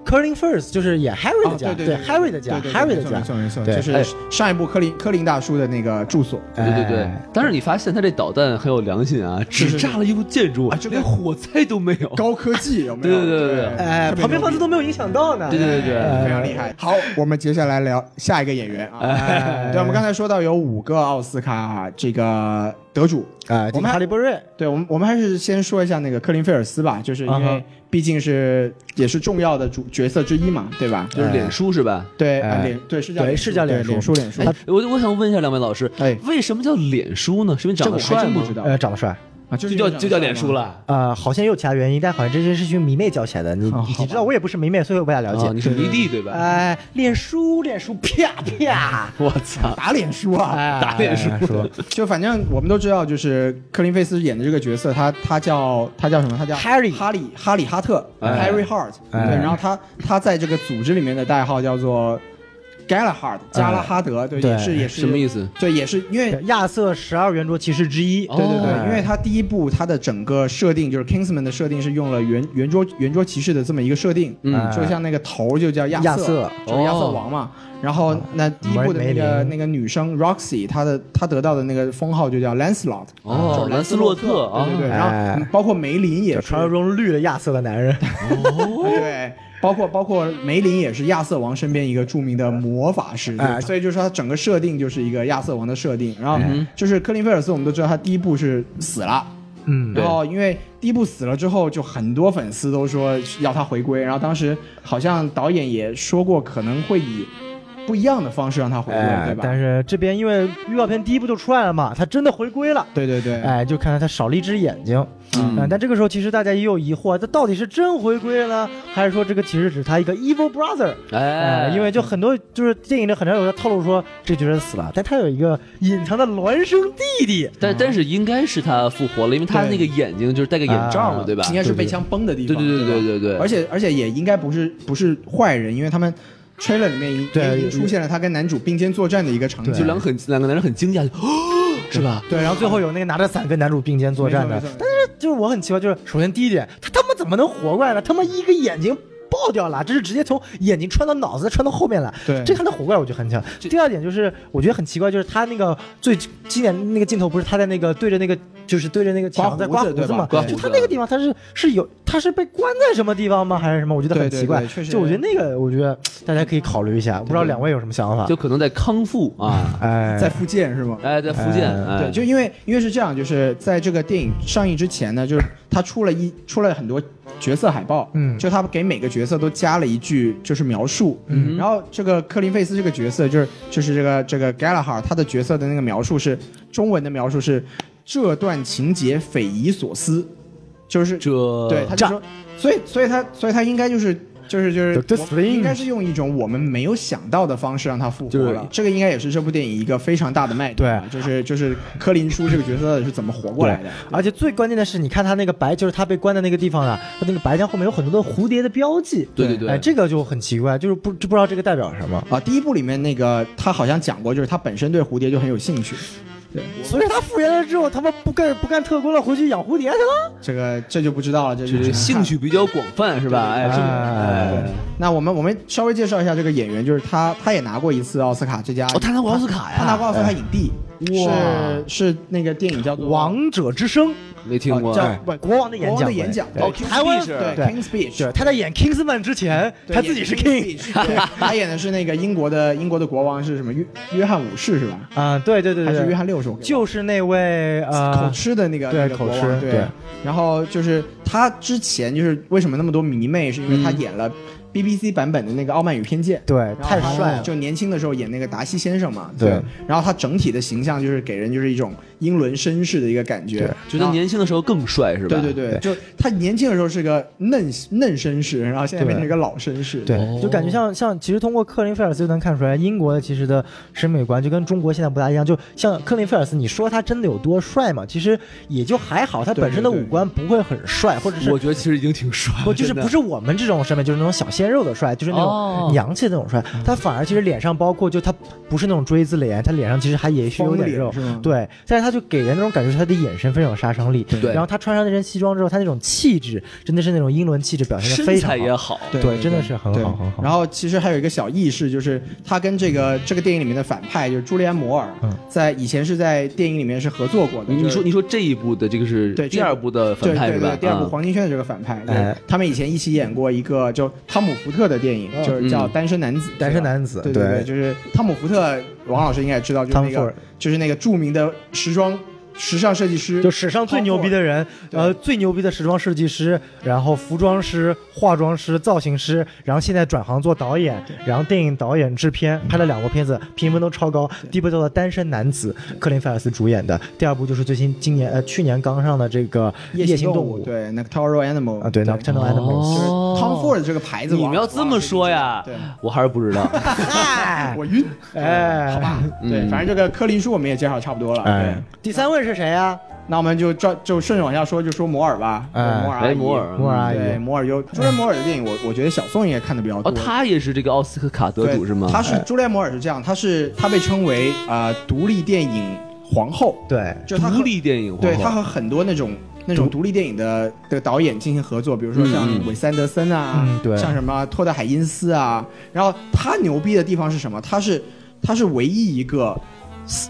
Curling First，就是演 Harry
哦
的家，
对对
Harry 的家
对对对
，Harry
没
的
错
家
没，错没错，
对哎
就是上一部柯林柯林大叔的那个住所。
对对对
哎。
但是你发现它这导弹很有良心啊，
是
只
是
炸了一部建筑
啊，这个
连火灾都没有。
高科技有没有？
对对对对对
哎，
特别
旁边
牛
房
逼
子都哎没有影响到呢。
对对对对，
非常厉害。好，我们接下来聊下一个演员
哎
啊。对，我们刚才说到有五个奥斯卡这个得主。
啊，
我们还
哈利波瑞，
对我们，我们还是先说一下那个克林菲尔斯吧，就是因
啊哈
为毕竟是也是重要的主角色之一嘛，对吧？哎
就是脸书是吧？
对，啊
哎
脸对是叫
对
脸
是叫
对
脸书
脸书脸书
哎。，我我想问一下两位老师，
哎，
为什么叫脸书呢？是因为
这
长
个
得
我还
帅
真不
吗？
知道
呃，长得帅。
啊，就
就叫就叫脸书
了。
了。
呃，好像也有其他原因，但好像这些是群迷妹教起来的。你
哦好哦
你知道，我也不是迷妹，所以我不太了
啊，
解。
你是迷弟对吧？
哎，脸书脸书，啪啪，
我操！
打脸书啊！
哎，
打脸书
说
就反正我们都知道，就是克林菲斯演的这个角色，他他叫他叫什么？他叫
Harry
哈利哈里哈特、
哎
Harry Hart、
哎
对，然后他他在这个组织里面的代号叫做 Galahad 加拉哈德，对，
对
也是也是
哎什么意思？
对，也是因为对
亚瑟十二圆桌骑士之一。
哦
对对，
哎
因为他第一部他的整个设定就是 Kingsman 的设定是用了圆圆桌圆桌骑士的这么一个设定，
嗯
就像那个头就叫亚
亚瑟
就是亚瑟王嘛。
哦嗯
然后那第一部的那
梅
个
林
那个女生 Roxy，她的她得到的那个封号就叫 Lancelot，
哦，兰斯洛特啊，
对对对，然后嗯
哎
包括梅林也
就是传，说中绿了亚瑟的男人，
对，包括包括梅林也是亚瑟王身边一个著名的魔法师，对
哎
所以就是说他整个设定就是一个亚瑟王的设定。然后就是克林菲尔斯，我们都知道他第一部是死了。
嗯
然后因为第一部死了之后，就很多粉丝都说要他回归，然后当时好像导演也说过可能会以不一样的方式让它回归，
哎
对吧
但？是这边因为预告片第一部就出来了嘛，它真的回归了。
对对对，
哎，就看到他少了一只眼睛，
嗯
呃但这个时候其实大家也有疑惑，他到底是真回归了呢，还是说这个其实只是他一个 evil brother？
哎，
啊因为就很多就是电影里很常有他透露说这角色死了，但他有一个隐藏的孪生弟弟，
但但是应该是他复活了，因为他
对
那个眼睛就是戴个眼罩嘛，
啊
对吧？
应该是被
对
枪崩的地
对
方，
对对
吧
对对对，
而且而且也应该不是不是坏人，因为他们 trailer 里面已
对
已经出现了他跟男主并肩作战的一个场景，
对
就两个很两个男人很惊讶，就哦，是吧？
对，然后最后有那个拿着伞跟男主并肩作战的
没错没错，
但是就是我很奇怪，就是首先第一点，他他妈怎么能活过来呢？他妈一个眼睛爆掉了，这是直接从眼睛穿到脑子，再穿到后面来。
对
这个他的火怪我觉得很强。第二点就是我觉得很奇怪，就是他那个最经典那个镜头，不是他在那个对着那个就是对着那个墙在
刮
刮
胡子
胡子
对
嘛？
吧刮
胡子
就他那个地方他是是有他是被关在什么地方吗？还是什么？我觉得很
对对
奇怪
对确。实
就我觉得那个我觉得大家可以考虑一下，不知道两位有什么想法？
就可能在康复 啊，
哎，
在福建是吗？
哎，在福建，
哎
哎
对，就因为因为是这样，就是在这个电影上映之前呢，就是他出了一出了很多角色海报，
嗯
就他给每个角色都加了一句就是描述，嗯，然后这个科林费斯这个角色就是就是这个这个 Galahad 他的角色的那个描述是中文的描述是这段情节匪夷所思，就是
这
对，他就说，所以所以他所以他应该就是。就是就
Doctor
是，我
Strange
应该是用一种我们没有想到的方式让他复活
就是
了。这个应该也是这部电影一个非常大的卖点啊，就是就是柯林叔这个角色到底是怎么活过来的？
而且最关键的是，你看他那个白，就是他被关的那个地方啊，他那个白墙后面有很多的蝴蝶的标记。
对对对
哎，这个就很奇怪，就是不知不知道这个代表什么，
啊，第一部里面那个他好像讲过，就是他本身对蝴蝶就很有兴趣，
所以他复原了之后，他们不干不干特工了，回去养蝴蝶去了。
这个这就不知道了，这就
就
只
是
能
兴
看
趣比较广泛，是吧？哎，是
哎
哎，
那我们我们稍微介绍一下这个演员，就是他，他也拿过一次奥斯卡最佳，
哦他哎拿过奥斯卡呀
他拿过奥斯卡影帝，
哇
是是那个电影叫做
《王者之声
没听过
哦
叫，
哎
不
国王的演讲
国王的演讲，
对哦
，King's
台湾
Speech
对
对
King's Speech，》，
对，他在演 Kingsman 之前，
对
他自己是 King。
Speech，对 他演的是那个英国的英国的国王是什么约约翰五世是吧？
啊，对对对
还是约
对，
翰六世？我给忘了
就是那位
口
呃，
吃的那个
对
那个国王
口吃
对
对。
然后就是他之前就是为什么那么多迷妹，是因为他演了 BBC 版本的那个《傲慢与偏见》。
对，
然后
嗯太
他
帅了，
就年轻的时候演那个达西先生嘛，
对
然后他整体的形象就是给人就是一种英伦绅士的一个感觉，
觉得
然后
年轻的时候更帅，是吧？
对对对，就他年轻的时候是个嫩嫩绅士，然后现在变成一个老绅士，
对
哦，
就感觉像像，其实通过克林菲尔斯就能看出来，英国的其实的审美观就跟中国现在不大一样。就像克林菲尔斯，你说他真的有多帅吗？其实也就还好，他
对
本身的
对
五
对
官不会很帅，或者是
我觉得其实已经挺帅了，
不就是
真的
不是我们这种审美，就是那种小鲜肉的帅，就是那
哦嗯
种洋气的那种帅。他反而其实脸上包括就他不是那种锥子脸，他脸上其实还也许有
方
点
脸
肉
是吗，
对。但是他就给人那种感觉，是他的眼神非常有杀伤力。
对
然后他穿上那身西装之后，他那种气质真的是那种英伦气质表现的
身
非
材
常
也
好。
好，
对
对真的是很好
对
很好
然后其实还有一个小意识，就是他跟这个这个电影里面的反派就是朱利安·摩尔
嗯，
在以前是在电影里面是合作过的。
你
就
你
是
说你说这一部的这个是
对
第二部的反
对
派
对
是吧
对，？第二部
啊
黄金圈的这个反派，对
嗯哎，
他们以前一起演过一个就汤姆·福特的电影，就是叫《单身男子》。
嗯单身男子
对对对，
对
就是汤姆·福特，王老师应该也知道，就是那
汤姆
个
福
就是那个著名的时装时尚设计师，
就史上最牛逼的人，
对
呃，最牛逼的时装设计师，然后服装师、化妆师、造型师，然后现在转行做导演，然后电影导演、制片，拍了两部片子，评分都超高。第一部叫做《单身男子》，克林·菲尔斯主演的；第二部就是最新今年呃去年刚上的这个《
夜
夜行
动
动物》
对，Nocturnal Animal
啊，对，《Nocturnal Animals》。
就是
哦
Tom Ford 这个牌子，
你们要
王
这么说呀
对，
我还是不知道。
嗨
我晕。
哎，好吧，
嗯
对，反正这个柯林叔我们也介绍差不多了。
哎
对，，
第三位是谁啊呀？
那我们就转就顺着往下说，就说摩尔吧。
哎
摩尔阿
哎，
姨，
摩尔，
摩尔阿姨
对，摩尔优，朱丽安·摩尔的电影，我我觉得小宋应该看的比较
哦，
多。
他也是这个奥斯卡得
对
主是吗？哎
他是朱丽安·摩尔是这样，他是他被称为啊独立电影皇后，
对，
就他和
独立电影皇后，
对他和很多那种那种独立电影的的导演进行合作，比如说像
嗯嗯
韦斯安德森啊，
嗯对
像什么托德海因斯啊。然后他牛逼的地方是什么？他是他是唯一一个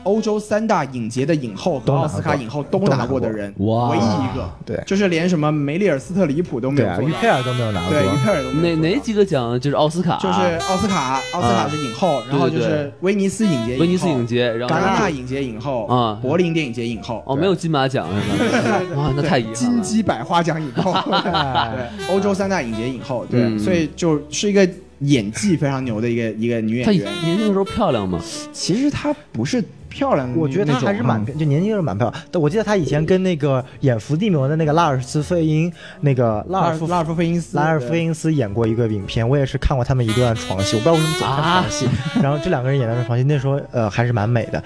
欧洲三大影节的影后和
都拿
奥
过
斯卡影后都拿过的人，
都拿过哇
唯一一个。
对
就是连什么梅丽尔·斯特里普都没
对
有
啊，
做
于
到
佩尔都没有拿过。
对于佩尔都没
哪
有
哪
做到
几个奖啊就是奥斯卡，
就是奥斯卡，奥斯卡是影后，然后就
对
是威尼斯影节影后，
威尼斯影节，然后
戛纳影节影后，
啊
柏林电影节影后，
哦，没有金马奖是吧？哇，那太遗憾
金
了。
鸡百花奖影后，
哎
对，欧洲三大影节影后，对，
嗯
所以就是一个演技非常牛的一个一个女
她
演员。
年轻的时候漂亮 吗？
其实她不是漂亮的那种啊，
我觉得她还是蛮漂，就年轻人蛮漂亮。但我记得她以前跟那个演伏地魔的那个拉尔斯费因，那个拉
拉
尔
尔
夫
拉尔夫费因斯，
拉尔夫
对
因斯演过一个影片，我也是看过他们一段床戏，我不知道为什么总看床
啊
戏。然后这两个人演那段床戏，那时候呃还是蛮美的，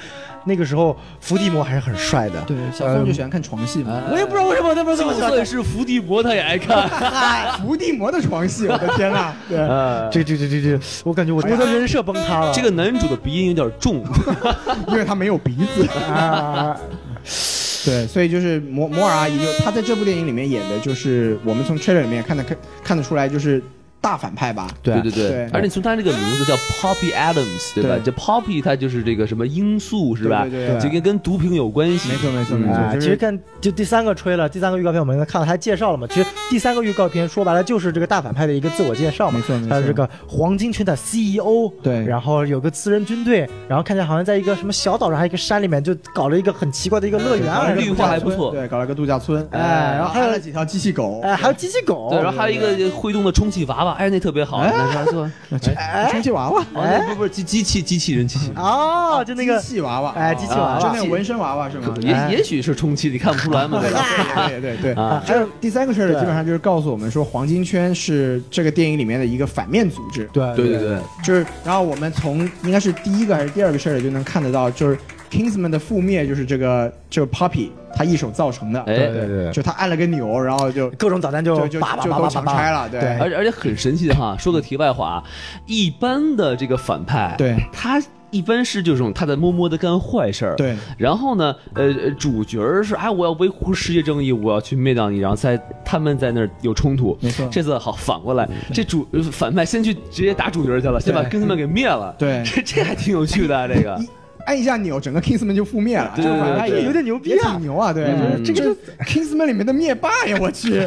那个时候伏地魔还是很帅的。
对嗯小峰就喜欢看床戏嘛。
我也不知道为什么那时候这
就
么喜欢
算是伏地魔，她也爱 看。
嗨，伏地魔的床戏，我的天 呐！对，
呃，
这这这这这，我感觉
哎
我我的人设崩塌了。
这个男主的鼻音有点重，
因为他没有鼻子。
啊，
对，所以就是摩摩尔阿姨就，她在这部电影里面演的就是我们从 trailer 里面看的看看得出来就是大反派吧？
对啊
对对
对
而且从他这个名字叫 Poppy Adams，对吧？
对
这 Poppy 它就是这个什么罂粟是吧？
对对对
就跟跟毒品有关系
没。错没错没
啊
错，就
其实
是
看就第三个吹了，第三个预告片我们看了，他介绍了嘛。其实第三个预告片说白了就是这个大反派的一个自我介绍嘛
没。错没
他
错，
这个黄金圈的 E CEO，
对
然后有个私人军队，然后看起来好像在一个什么小岛上，还有一个山里面，就搞了一个很奇怪的一个乐园
搞了
啊
一。个
绿
度假
化还
村
不错
对，搞了个度假村，
哎
哎，然后
还有
还了几条机器狗，
哎，还有机器狗，
对，然后还有一个会动的充气娃娃，哎，那特别 好，那啥说，
充气娃娃，
哦那不不是机机器机器人机器，
哎哦，就那个
机器娃娃，
哎机器娃娃
就那种纹身娃 娃是吗？啊
也
哎
也许是充气，你看不出来嘛， 对吧？
对对对对。
啊，
还有第三个事儿，
对
基本上就是告诉我们说，黄金圈是这个电影里面的一个反面组织。
对
对对对，
就是，然后我们从应该是第一个还是第二个事儿就能看得到，就是 Kingsman 的覆灭就是这个就是 Poppy 他一手造成的，
哎
对对
就他按了个钮，然后就
各种导弹就
就就
叭叭
就
叭
都
叭叭
强拆
叭，
了，对
对
而且而且很神奇的哈，说个题外话啊，一般的这个反派，
对
他一般是这种他在默默的干坏事儿，
对
然后呢，呃，呃主角儿是哎，我要维护世界正义，我要去灭掉你，然后在他们在那儿有冲突。
没错
这次好反过来，这主呃反派先去直接打主角去了，先把
嗯对
跟他们给灭了。
对
这这还挺有趣的、啊、这个。
一按一下钮，整个 Kingsman 就覆灭了，
对
这个反派
对对
也
对
有点牛逼
也
啊
挺牛啊，对，
嗯
这个 Kingsman 里面的灭霸呀，我去，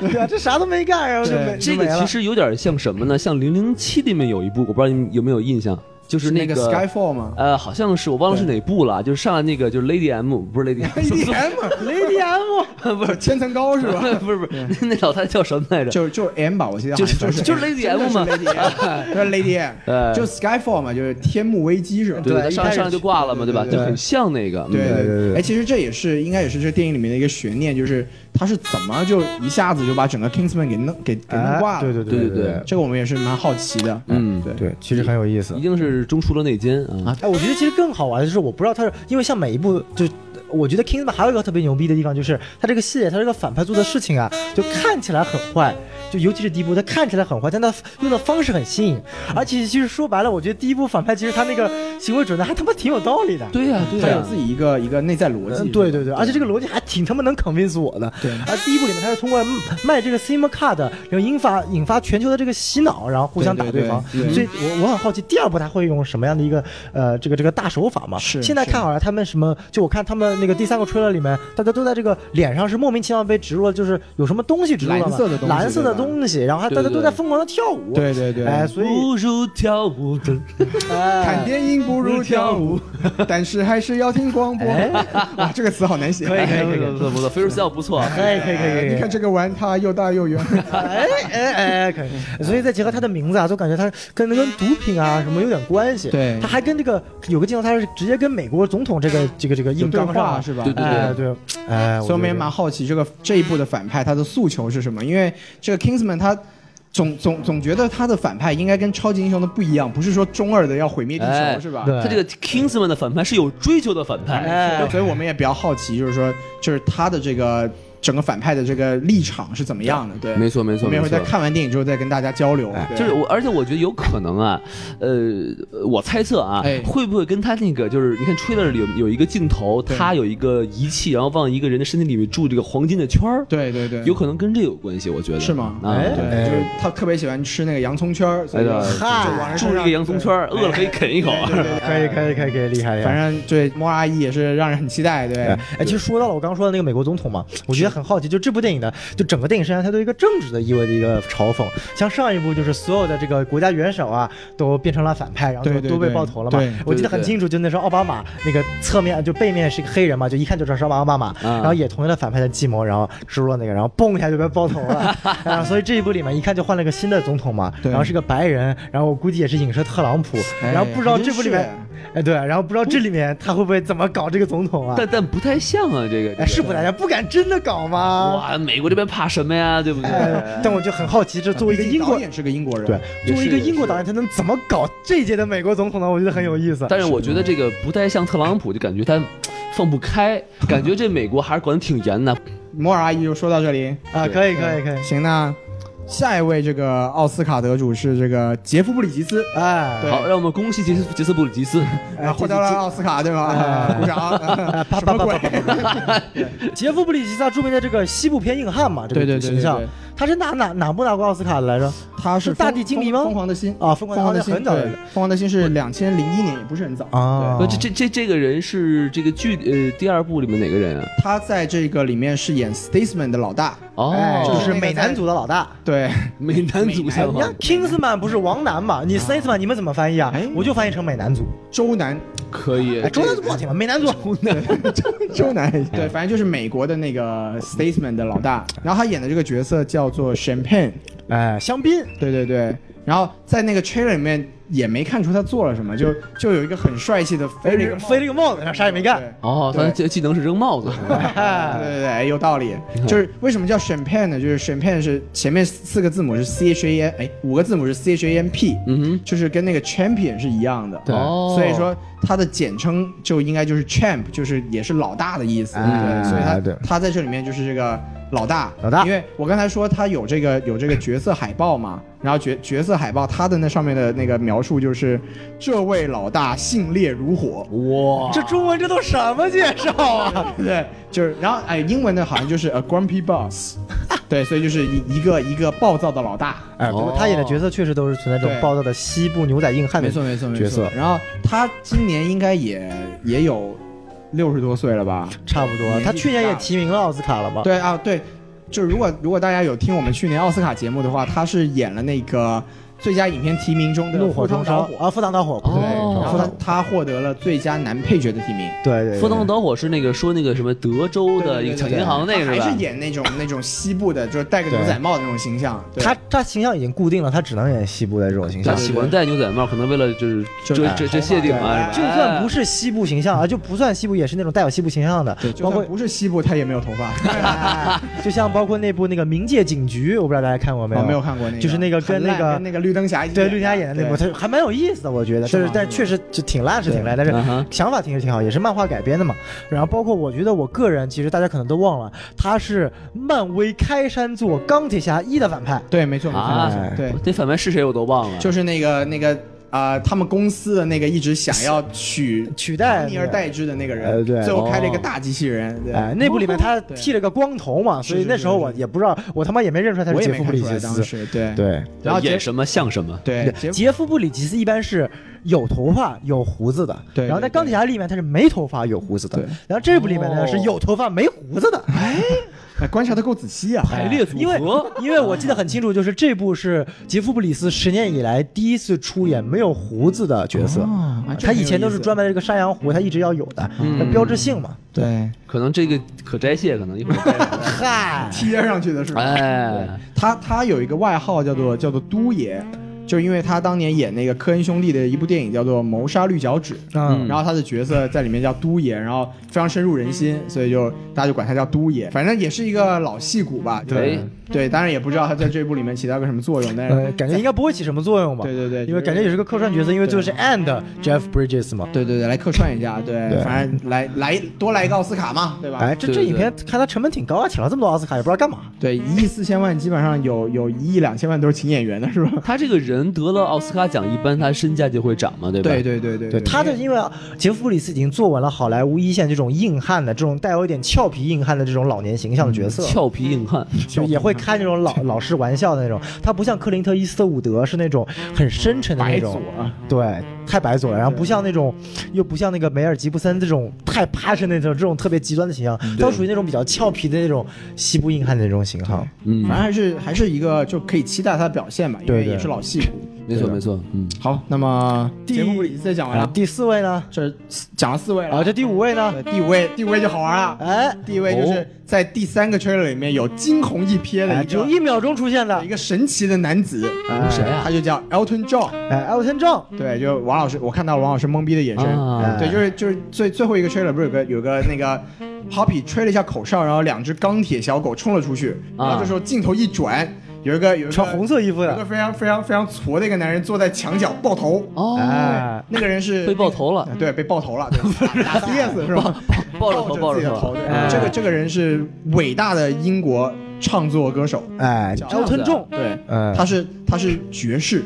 对啊，这啥都没干，然后就
对
没
这
就没
个其
了
实有点像什么呢？像《零零七》里面有一部，我不知道你们有没有印象，就是那
个 Skyfall 嘛
呃，好像是我忘了是哪部了，就是上来那个就是 Lady M，不是 Lady M，
，EDM
，Lady M，
不是
千层糕 是吧？
不是不是，那那老太太叫什么来着？
就就是 M 吧，我记得
就
好
是
像就是
就是
M，
Lady M 嘛
真的是 Lady M，就是 Lady M，
呃
就 Skyfall 嘛，就是天幕危机是吧？
对，上来
一开始
上来就挂了嘛，
对
吧？
对
就很像那个，嗯
对对
对对
哎，其实这也是应该也是这电影里面的一个悬念，就是他是怎么就一下子就把整个 Kingsman 给弄给给弄挂了？
哎对对
对对
对
对
这个我们也是蛮好奇的。
嗯
对
对，其实很有意思
一。定是中出了内奸啊！
哎，我觉得其实更好玩的是，我不知道他是因为像每一部就。我觉得《Kingsman》还有一个特别牛逼的地方，就是他这个系列，他这个反派做的事情啊，就看起来很坏，就尤其是第一部，他看起来很坏，但他用的方式很新颖，而且其实说白了，我觉得第一部反派其实他那个行为准则还他妈挺有道理的，
对呀对啊
他有
呀
自，己一个一个内在逻辑。
嗯，对对对，而且这个逻辑还挺他妈能 convince 我的。
对
啊，第一部里面他是通过卖卖这个 SIM card，然后引发引发全球的这个洗脑，然后互相打
对对
对方。
对对
所以我我很好奇，第二部他会用什么样的一个呃这个这个大手法嘛？
是
现在看好了，他们什么？就我看他们那个第三个 trailer 里面，大家都在这个脸上是莫名其妙被植入了，就是有什么东西植入了嘛
蓝色的东西
蓝色的
对吧
东西，然后还
对
大家
对
都
对
在疯狂的跳舞。
对对对，
哎，所以
不如跳舞的，
哎
看电影不如跳舞，但是还是要听广播
哎。
哇，这个词好难写。
可以可以可以
不错不错，飞如笑不错。
可以可以可以可以，
哎你看这个玩它又大又圆，
哎哎哎，可以。所以再结合他的名字啊，就感觉他跟跟毒品啊什么有点关系。
对
他还跟这个有个镜头，他是直接跟美国总统这个这个这个硬
有对
杠上
话
了
是吧？
对
哎对，哎，
所以我们也蛮好奇这个这一部的反派他的诉求是什么，因为这个 Kingsman 他。总总总觉得他的反派应该跟超级英雄的不一样，不是说中二的要毁灭地球、
哎
是吧？
对
他这个 Kingsman 的反派是有追求的反派，
哎
对，所以我们也比较好奇，就是说，就是他的这个整个反派的这个立场是怎么样的？对，
没错没错
我们一
没
会儿在
错。
看完电影之后再跟大家交流。
哎
对
就是我，而且我觉得有可能啊，呃，我猜测啊，
哎
会不会跟他那个就是你看 trailer 里有有一个镜头，
对
他有一个仪器，然后往一个人的身体里面注这个黄金的圈儿，
对对对，
有可能跟这有关系，我觉得
是吗？
啊，
哎
对，
哎
就是他特别喜欢吃那个洋葱圈儿，所以就
哎呀
就往人身
注
上
一个洋葱圈儿，饿了可以啃一口。
可以可以可以可以，厉害厉
对反
害。
哎正对莫阿姨也是让人很期待，对
哎哎，其实说到了我刚刚说的那个美国总统嘛，我觉得很好奇，就这部电影呢，就整个电影生涯它对一个政治的意味的一个嘲讽。像上一部就是所有的这个国家元首啊，都变成了反派，然后
对
都
对
都被
对
爆头了嘛
对。
我记得
对对
很清楚，就那时候奥巴马那个侧面就背面是一个黑人嘛，就一看就知道是奥巴马，
啊
嗯
然后也同意了反派的计谋，然后植入了那个，然后嘣一下就被爆头 了。啊，所以这一部里面一看就换了个新的总统嘛，
对哎
然后是个白人，然后我估计也是影射特朗普，然后不知道这部里面，哎对，然后不知道这里面他会不会怎么搞这个总统啊？
但但不太像啊，这个
哎，是不大家不敢真的搞吗？
哇，美国这边怕什么呀？对不对？
哎，但我就很好奇，这作为一个英国
导。演是个英国人，
对，作为一个英国导
演，
演，他能怎么搞这届的美国总统呢？我觉得很有意思。
但是我觉得这个不太像特朗普，就感觉他放不开，感觉这美国还是管得挺严的。
摩尔阿姨就说到这里，
啊，可以可以可以，
行，那下一位这个奥斯卡得主是这个杰夫布里吉斯，
哎，
对
好，让我们恭喜杰斯杰斯布里吉斯。
哎
啊获得了
这呃
奥斯卡对吗？哎鼓掌，什么鬼？
杰夫布里吉斯啊，著名的这个西部片硬汉嘛，这
对对
个
对
形象
对对，
他是拿哪哪部拿过奥斯卡的来着？
他是
是大
疯
地经
疯
理吗
疯狂的心
啊疯狂的
的
心
心
很早
对
的
疯狂的心是两千零一年，也不是很早
啊
呃
对
这这这这个人是这个剧呃第二部里面哪个人啊？
他在这个里面饰演 Statesman 的老大，
哦，
哎，就是
那个
美男
在
组的老大。
对，
美男组
哎，
相
你
吗
看？Kingsman 不是王楠嘛？你 Statesman 你们怎么翻译啊
哎？
我就翻译成美男组。
周南，
可以
哎，，中南组不好听吗？美男组。
周南， 对，反正就是美国的那个 Statesman 的老大。然后他演的这个角色叫做 Champagne，
哎，香槟。
对对对。然后在那个 trailer 里面也没看出他做了什么，就就有一个很帅气的飞了一个帽
飞了一个帽子，然后啥也没
对
干。
哦，他技技能是扔帽子，
对
哎
对对，有道理。就是为什么叫 champagne 呢？就是 champagne 是前面四个字母是 c h a n，哎，五个字母是 c h a n p，
嗯哼，
就是跟那个 champion 是一样的。
对哦
所以说它的简称就应该就是 champ，就是也是老大的意思。
哎
对，所以他
对
他在这里面就是这个老大。
老大
因为我刚才说他有这个有这个角色海报嘛，然后角角色海报他的那上面的那个描述就是这位老大性烈如火。
哇，
这中文这都什么介绍啊？
对，就是，然后哎，英文的好像就是 a grumpy boss，对，所以就是一一个一个暴躁的老大，
哎，不过他演的角色确实都是存在这种
对
暴躁的西部牛仔硬汉的。
没错没错没
角
错
色。
然后他今年应该也也有六十多岁了吧？
差不多。
年纪
他去年
大
也
了
提名了奥斯卡了嘛？
对啊，对，就是如果如果大家有听我们去年奥斯卡节目的话，他是演了那个最佳影片提名中的《
怒
赴
火
汤
中烧
蹈火》。
啊，赴汤蹈火。
对，
哦
然后他他获得了最佳男配角的提名。
对对对。
赴汤蹈火是那个说那个什么德州的一个抢银行那个
他还
吧
是？演那种那种西部的，就是戴个牛仔帽的那种形象。对
他他形象已经固定了，他只能演西部的这种形
他
象。
喜欢戴牛仔帽，可能为了就是遮
就是
遮遮谢顶啊，
就算不是西部形象啊，就不算西部，也是那种带有西部形象的
对，，就
包括
算不是西部，他也没有头发。
哎 就像包括那部那个《冥界警局》，我不知道大家看过没
哦
有？
我没有看过那个，
就是那个跟
很烂
那个
跟那个绿灯侠一起
对，绿佳演的那部，
对
它还蛮有意思的，我觉得。
是
就
吗
是，但是确实就挺烂，是挺烂，但是
嗯哼
想法挺是挺好，也是漫画改编的嘛。然后包括我觉得我个人，其实大家可能都忘了，他是漫威开山作《钢铁侠一》的反派。
对，没错，没错，
啊
没错对，
这反派是谁我都忘了，
就是那个那个啊，他们公司的那个一直想要取
取代
尼尔代之的那个
呃
人，
对
最后开了一个
哦
大机器人，哦对，
哎，那部里面他剃了个光头嘛，所以
是
那时候
是
我也不知道，我他妈也没认出来他
我
是
也没
杰夫布
看
里
出来
吉
当
斯。
时，对
对，
然后杰
演什么像什么。
对杰
杰夫布里吉斯一般是有头发有胡子的，
对
然后在
对对
钢铁侠里面他是没头发有胡子的
对，
然后这部里面呢
哦
是有头发没胡子的，
哎观察的够仔细啊，
排列组
哎因为
合，
因为我记得很清楚，就是这部是杰夫布里斯十年以来第一次出演没有胡子的角色。
啊
他以前都是专门这个山羊胡，他一直要有的，那标志性嘛。
对
可能这个可摘卸，可能一 会儿摘了。
嗨，
贴上去的是吧？
哎，
他他有一个外号叫做叫做都爷，就是因为他当年演那个科恩兄弟的一部电影叫做《谋杀绿脚趾》，
嗯
然后他的角色在里面叫都爷，然后非常深入人心，所以就大家就管他叫都爷，反正也是一个老戏骨吧。
哎
对对，当然也不知道他在这部里面起到个什么作用，但是、
呃，感觉应该不会起什么作用吧？
对对对，
因为感觉也是个客串角色，因为最后是 and Jeff Bridges 嘛。
对对对，来客串一下，对，
对
反正来来多来一个奥斯卡嘛，对吧？
哎，这
对
这
对
影片看他成本挺高啊，请了这么多奥斯卡也不知道干嘛。
对，一亿四千万，基本上有有一亿两千万都是请演员的，是吧？
他这个人得了奥斯卡奖，一般他身价就会涨嘛，对吧？
对对对对对，
他的因为杰夫布里斯已经坐稳了好莱坞一线这种硬汉的、这种带有一点俏皮硬汉的这种老年形象的角色，
俏皮硬汉，
就也会开那 种老老式玩笑的那种。他不像克林特·伊斯特伍德是那种很深沉的那
白
种
左，啊
对，太白左了，然后
对
不像那种，又不像那个梅尔吉布森这种太 passion 那种这种特别极端的形象，
嗯
对
他属于那种比较俏皮的那种西部硬汉的那种型号。
嗯
反，正还是还是一个就可以期待他的表现吧，因
对
为
对
也是老戏骨。
没错
对
没错，嗯，
好，那么
第
节目里再讲完
啊，
了，
第四位呢？
这四讲了四位了，
啊，这第五位呢？
对第五位第五位就好玩了，
哎，
第一位就
哦
是在第三个 trailer 里面有惊鸿一瞥的
哎
一
只有
个
一秒钟出现的
一，个神奇的男子，
哎
谁啊
他就叫 Elton John。
哎，Elton John，
对，就王老师，我看到了王老师懵逼的眼神。
啊
对，就是就是最最后一个 trailer 不是有个有个那个 Poppy 吹了一下口哨，然后两只钢铁小狗冲了出去，
啊
然后这时候镜头一转，有一个有一个
穿红色衣服
有一
的
个，非常非常非常矬的一个男人坐在墙角爆头，
哦，
哎，
那个人是啊
被爆头了，
对，被爆头了， 对，打 CS 是吧？
抱着头抱
自己
着
的
头
对，
哎
这个这个人是伟大的英国唱作歌手，
哎
这样子
，Elton John，
对，
嗯，
他是他是爵士，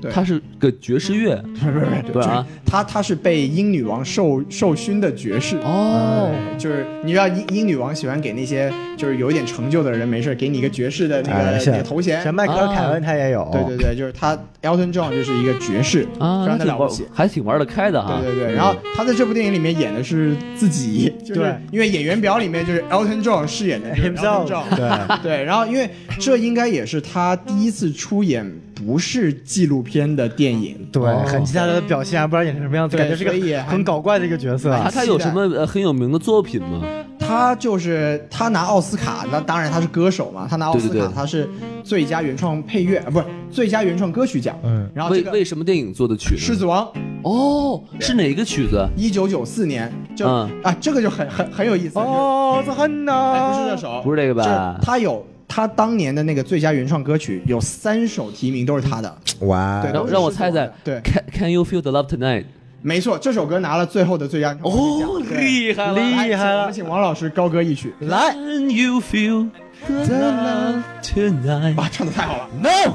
对
他是个爵士乐，
不是不是不是
对啊，
他他是被英女王授授勋的爵士。
哦
对就是你知道英英女王喜欢给那些就是有一点成就的人没事儿给你一个爵士的那
哎
个
是
那个头衔，啊
像迈克尔·凯恩他也有，
对对对，就是他 Elton John 就是一个爵士，
啊，
非
那
常的
挺
了不
玩
起，。
还挺玩得开的哈。嗯
对对对，然后他在这部电影里面演的是自己，就是
对
因为演员表里面就是 Elton John 饰演的就是 Elton
himself，
John，
对。
对，然后因为这应该也是他第一次出演不是纪录片的电影，
对，
哦
很期待他的表现，不知道演成什么样子，
对
感觉是个
所以还
很搞怪的一个角色啊
他。他有什么呃很有名的作品吗？
他就是他拿奥斯卡，那当然他是歌手嘛，他拿奥斯卡
对对对
他是最佳原创配乐啊，不是最佳原创歌曲奖。
嗯，
然后
为
这个
为什么电影做的曲
《狮
呢？
子王》
哦，是哪个曲子？
一九九四年就、
嗯
啊，这个就很很很有意思。
哦，这很
就是哎
呐，
不是这首，
不是这个吧
就是他有他当年的那个最佳原创歌曲，有三首提名都是他的。
这哇
对，
让
都是
让我
狮子
猜
王
猜
的对，
Can Can you feel the love tonight？
没错，这首歌拿了最后的最佳原创歌曲奖。对
哦害
来
厉害
请
了
我们请王老师高歌一曲。
来
Can you feel the love tonight？
哇，唱的太好了。
，no，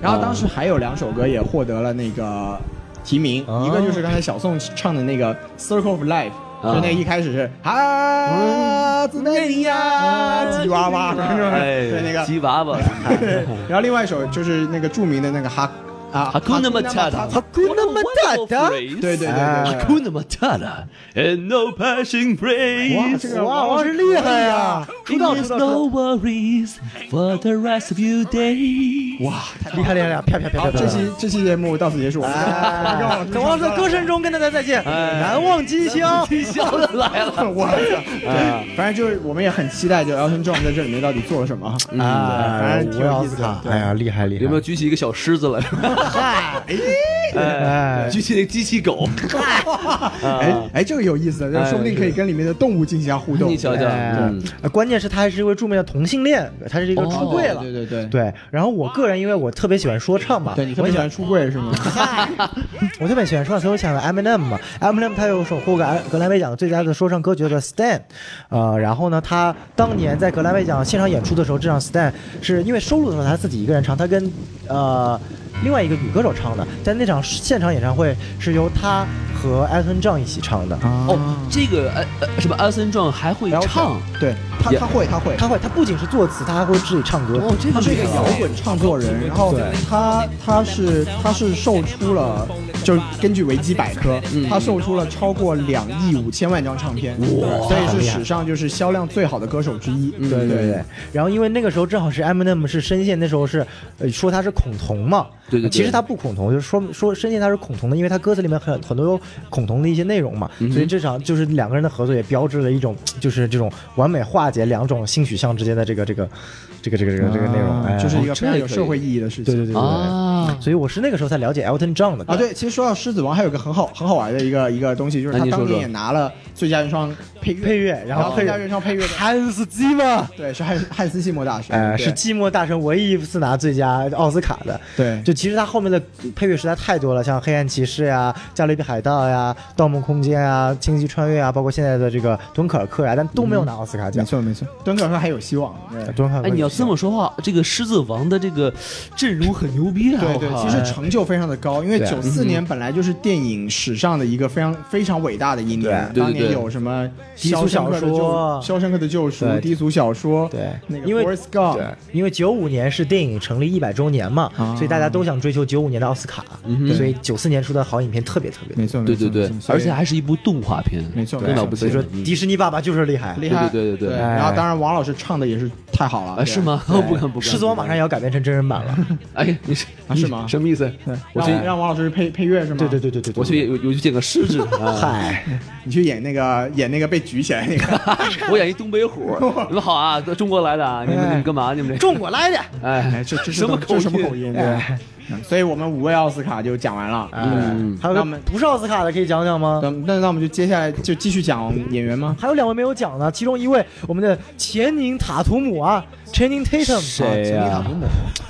然后当时还有两首歌也获得了那个提名，
哦
一个就是刚才小宋唱的那个《Circle of Life》。
啊
就那一开始是啊，怎么呀，吉娃娃，
嗯哎，
对那个，
吉娃娃，
然后另外一首就是那个著名的那个哈啊，
哈库那么恰哎
哈
的，
库纳
库那么恰的，
对对对对
哈库那么恰的，and no passing
哇，
praise。
这个
哇，王
王
是
是
厉害呀，出道
There's
出道
no
出
worries for the rest of your days。
哇，太
道，厉害厉害厉害，啪啪啪
好，
啪啪，
这期这期节目到此结束，我们 跟王老师
哎等王老师的歌声中跟大家再见，
哎
难忘今宵。
听笑的来了。
我对，反正就是我们也很期待，就 Elton John 在这里面到底做了什么。
啊
反正挺有意思的对
哎呀，厉害厉害！
有没有举起一个小狮子来？
哎
举起那个机器狗。
哎哎，这个有意思，这说不定可以跟里面的动物进行一下互动。
你瞧瞧，
哎
嗯，
呃关键是他还是一位著名的同性恋，他是一个
哦
出柜了
对。对对对，
对，然后我个人因为我特别喜欢说唱嘛，
对你特别喜欢出柜是 吗？
我特别喜欢说唱，所以我想到 Eminem 嘛，Eminem 他有首获格格莱美奖最佳的说唱歌曲叫做《Stand》，呃，然后呢，他当年在格莱美奖现场演出的时候，这场《Stand》是因为收录的时候他自己一个人唱，他跟呃另外一个女歌手唱的，但那场现场演唱会是由他和 Elton John 一起唱的。
啊
哦，这个呃呃什么阿森壮还会
然后
唱，
对他
也
他会他会，
他会，他不仅是作词，他还会自己唱歌。
哦，这
他
个
是一个摇滚唱作人，然后他他是他是售出了，就是根据维基百科，他售出了超过两亿五千万张唱片，所以是史上就是销量最好的歌手之一。对
对对对，然后因为那个时候正好是 Eminem 是深陷，那时候是呃说他是恐同嘛，
对对对
其实他不恐同，就是说说深陷他是恐同的，因为他歌词里面很很多有恐同的一些内容
嗯
嘛，所以这场就是两个人的合作也标志了一种就是这种完美化解两种性取向之间的这个这个这个这个这个这个内容，哎
啊就是一个
这
非常
也
有
可以
社会意义的事情。
对对对对对，
啊，
所以我是那个时候才了解 Elton John 的歌
啊，，对，其实说到《狮子王》，还有一个很好很好玩的一个一个东西，就是
那
他
你
当
说
年
说
也拿了最佳原创配乐，
配乐，然
然
后
后
配
最佳
乐
原创配乐的，
汉斯季嘛，
对，是汉汉斯季默大师，
哎，
对
是寂寞大神唯一一次拿最佳奥斯卡的，
对，
就其实它后面的配乐实在太多了，像《黑暗骑士》呀、《加勒比海盗》呀、《盗梦空间》啊、《星际穿越》啊，包括现在的这个《敦刻尔克》呀，但都没有拿奥斯卡
没
奖。
错没错，敦刻尔克还有希望。对
敦刻尔克，
哎，你要这么说话，这个狮子王的这个阵容很牛逼啊！
对
我
对，
靠
其实成就非常的高，因为
哎对啊嗯
九四年本来就是电影史上的一个非常非常伟大的一年，
啊
对对
当
对
年有什么
低俗小说
《肖申克的救赎》
对
低俗小说，
对
那个
因为
Forrest Gump，
对，因为九五年是电影成立一百周年嘛，
啊
所以大家都想追求九五年的奥斯卡，所以九四年出的好影片特别特别多。
没错，
对对
没错
对
没，错
而且还是一部动画片，
没错
更了不
所
起
以说
了。嗯
迪士尼爸爸就是厉害。
厉害，
对对对对对
然后当然王老师唱的也是太好了，
啊，是？吗？ 不敢不敢。
狮子王马上也要改编成真人版了。
哎，你是
啊是吗
你什么意思？我
让
去，
让王老师配配乐是吗？
对对，对对对对，
我去，我我去见个狮子。啊
嗨，
你去演那个演那个被举起来那 个，
我演一东北虎。你们好啊，中国来的啊，你们你们干嘛？你们这
中国来的。
哎
哎，，这这是
什么
这
口
是什么
音
口音？对，
哎
嗯所以我们五位奥斯卡就讲完了。
嗯
还
那
有个
我们
不是奥斯卡的可以讲讲吗？
那那那我们就接下来就继续讲演员吗？
还有两位没有讲呢，其中一位我们的前宁塔图姆啊，Channing Tatum，
谁呀？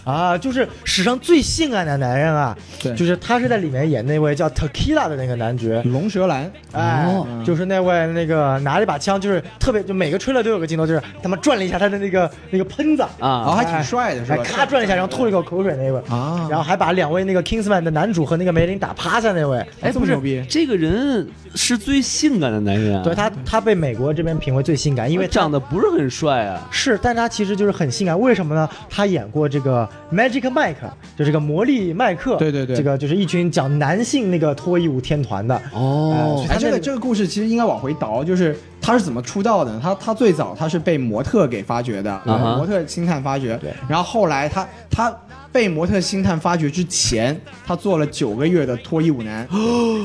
啊，就是史上最性感的男人啊，
对
就是他是在里面演那位叫 Tequila 的那个男爵，
嗯
龙舌兰，
哎，
哦
嗯
就是那位那个拿着一把枪，就是特别，就每个吹了都有个镜头，就是他妈转了一下他的那个那个喷子，
哦，
啊，
还挺帅的是
哎，
吧？
咔转了一下，然后吐了一口口水那位
啊
然后还把两位那个 Kingsman 的男主和那个梅林打趴下那位，
哎，
这
不
么
是
牛逼，
这个人是最性感的男人啊。
对他他被美国这边评为最性感，因为他
长得不是很帅啊。
是，但他其实就是很性感，为什么呢？他演过这个 Magic Mike，就这个魔力麦克，
对对对
这个就是一群讲男性那个脱衣舞天团的。
哦
他
哎，
那
这
个
个这个故事其实应该往回倒，就是他是怎么出道的？他他最早他是被模特给发掘的，
啊哈
模特星探发掘。然后后来他他被模特星探发掘之前，他做了九个月的脱衣舞 男。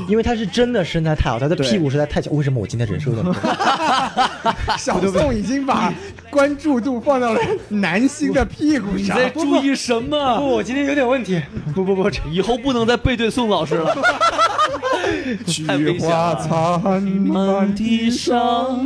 因为他是真的身材太好，他的
对
屁股实在太小。为什么我今天人数有点多？
小宋已经把关注度放到了男星的屁股
你
上。
在哎注意什么？
不，我今天有点问题。不不不，
以后不能再背对宋老师了。太危
菊
险了
花残满地伤。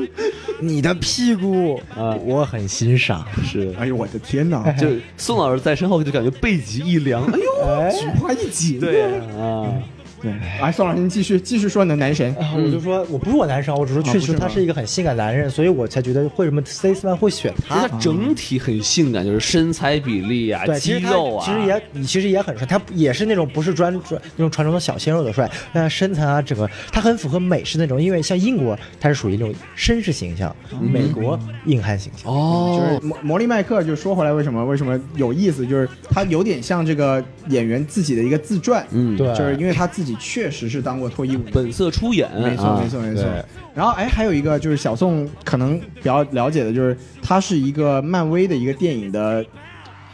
你的屁股
啊
呃我很欣赏。
是，
哎呦我的天 哪！
就宋老师在身后就感觉背脊一凉。哎呦，
哎，
菊花一紧。
对啊，
对，来宋老师，您继续继续说你的男神。
啊我就说我不是我男生，我只是
啊
确
不是
实他
吗
是一个很性感的男人，所以我才觉得为什么 Staceman 会选他
他。整体很性感，就是身材比例啊，
啊对，其
肌
实他
肉啊，
其实也你其实也很帅，他也是那种不是专专那种传统的小鲜肉的帅，但他身材啊，整个他很符合美式那种，因为像英国他是属于那种绅士形象，美国硬汉形象。
哦
就是，魔魔力麦克，就说回来，为什么为什么有意思？就是他有点像这个演员自己的一个自传，
嗯
对
就是因为他自己确实是当过脱衣舞的。
本色出演，
没错，
啊
没，错，没错
对。
然后，哎，还有一个就是小宋可能比较了解的，就是他是一个漫威的一个电影的，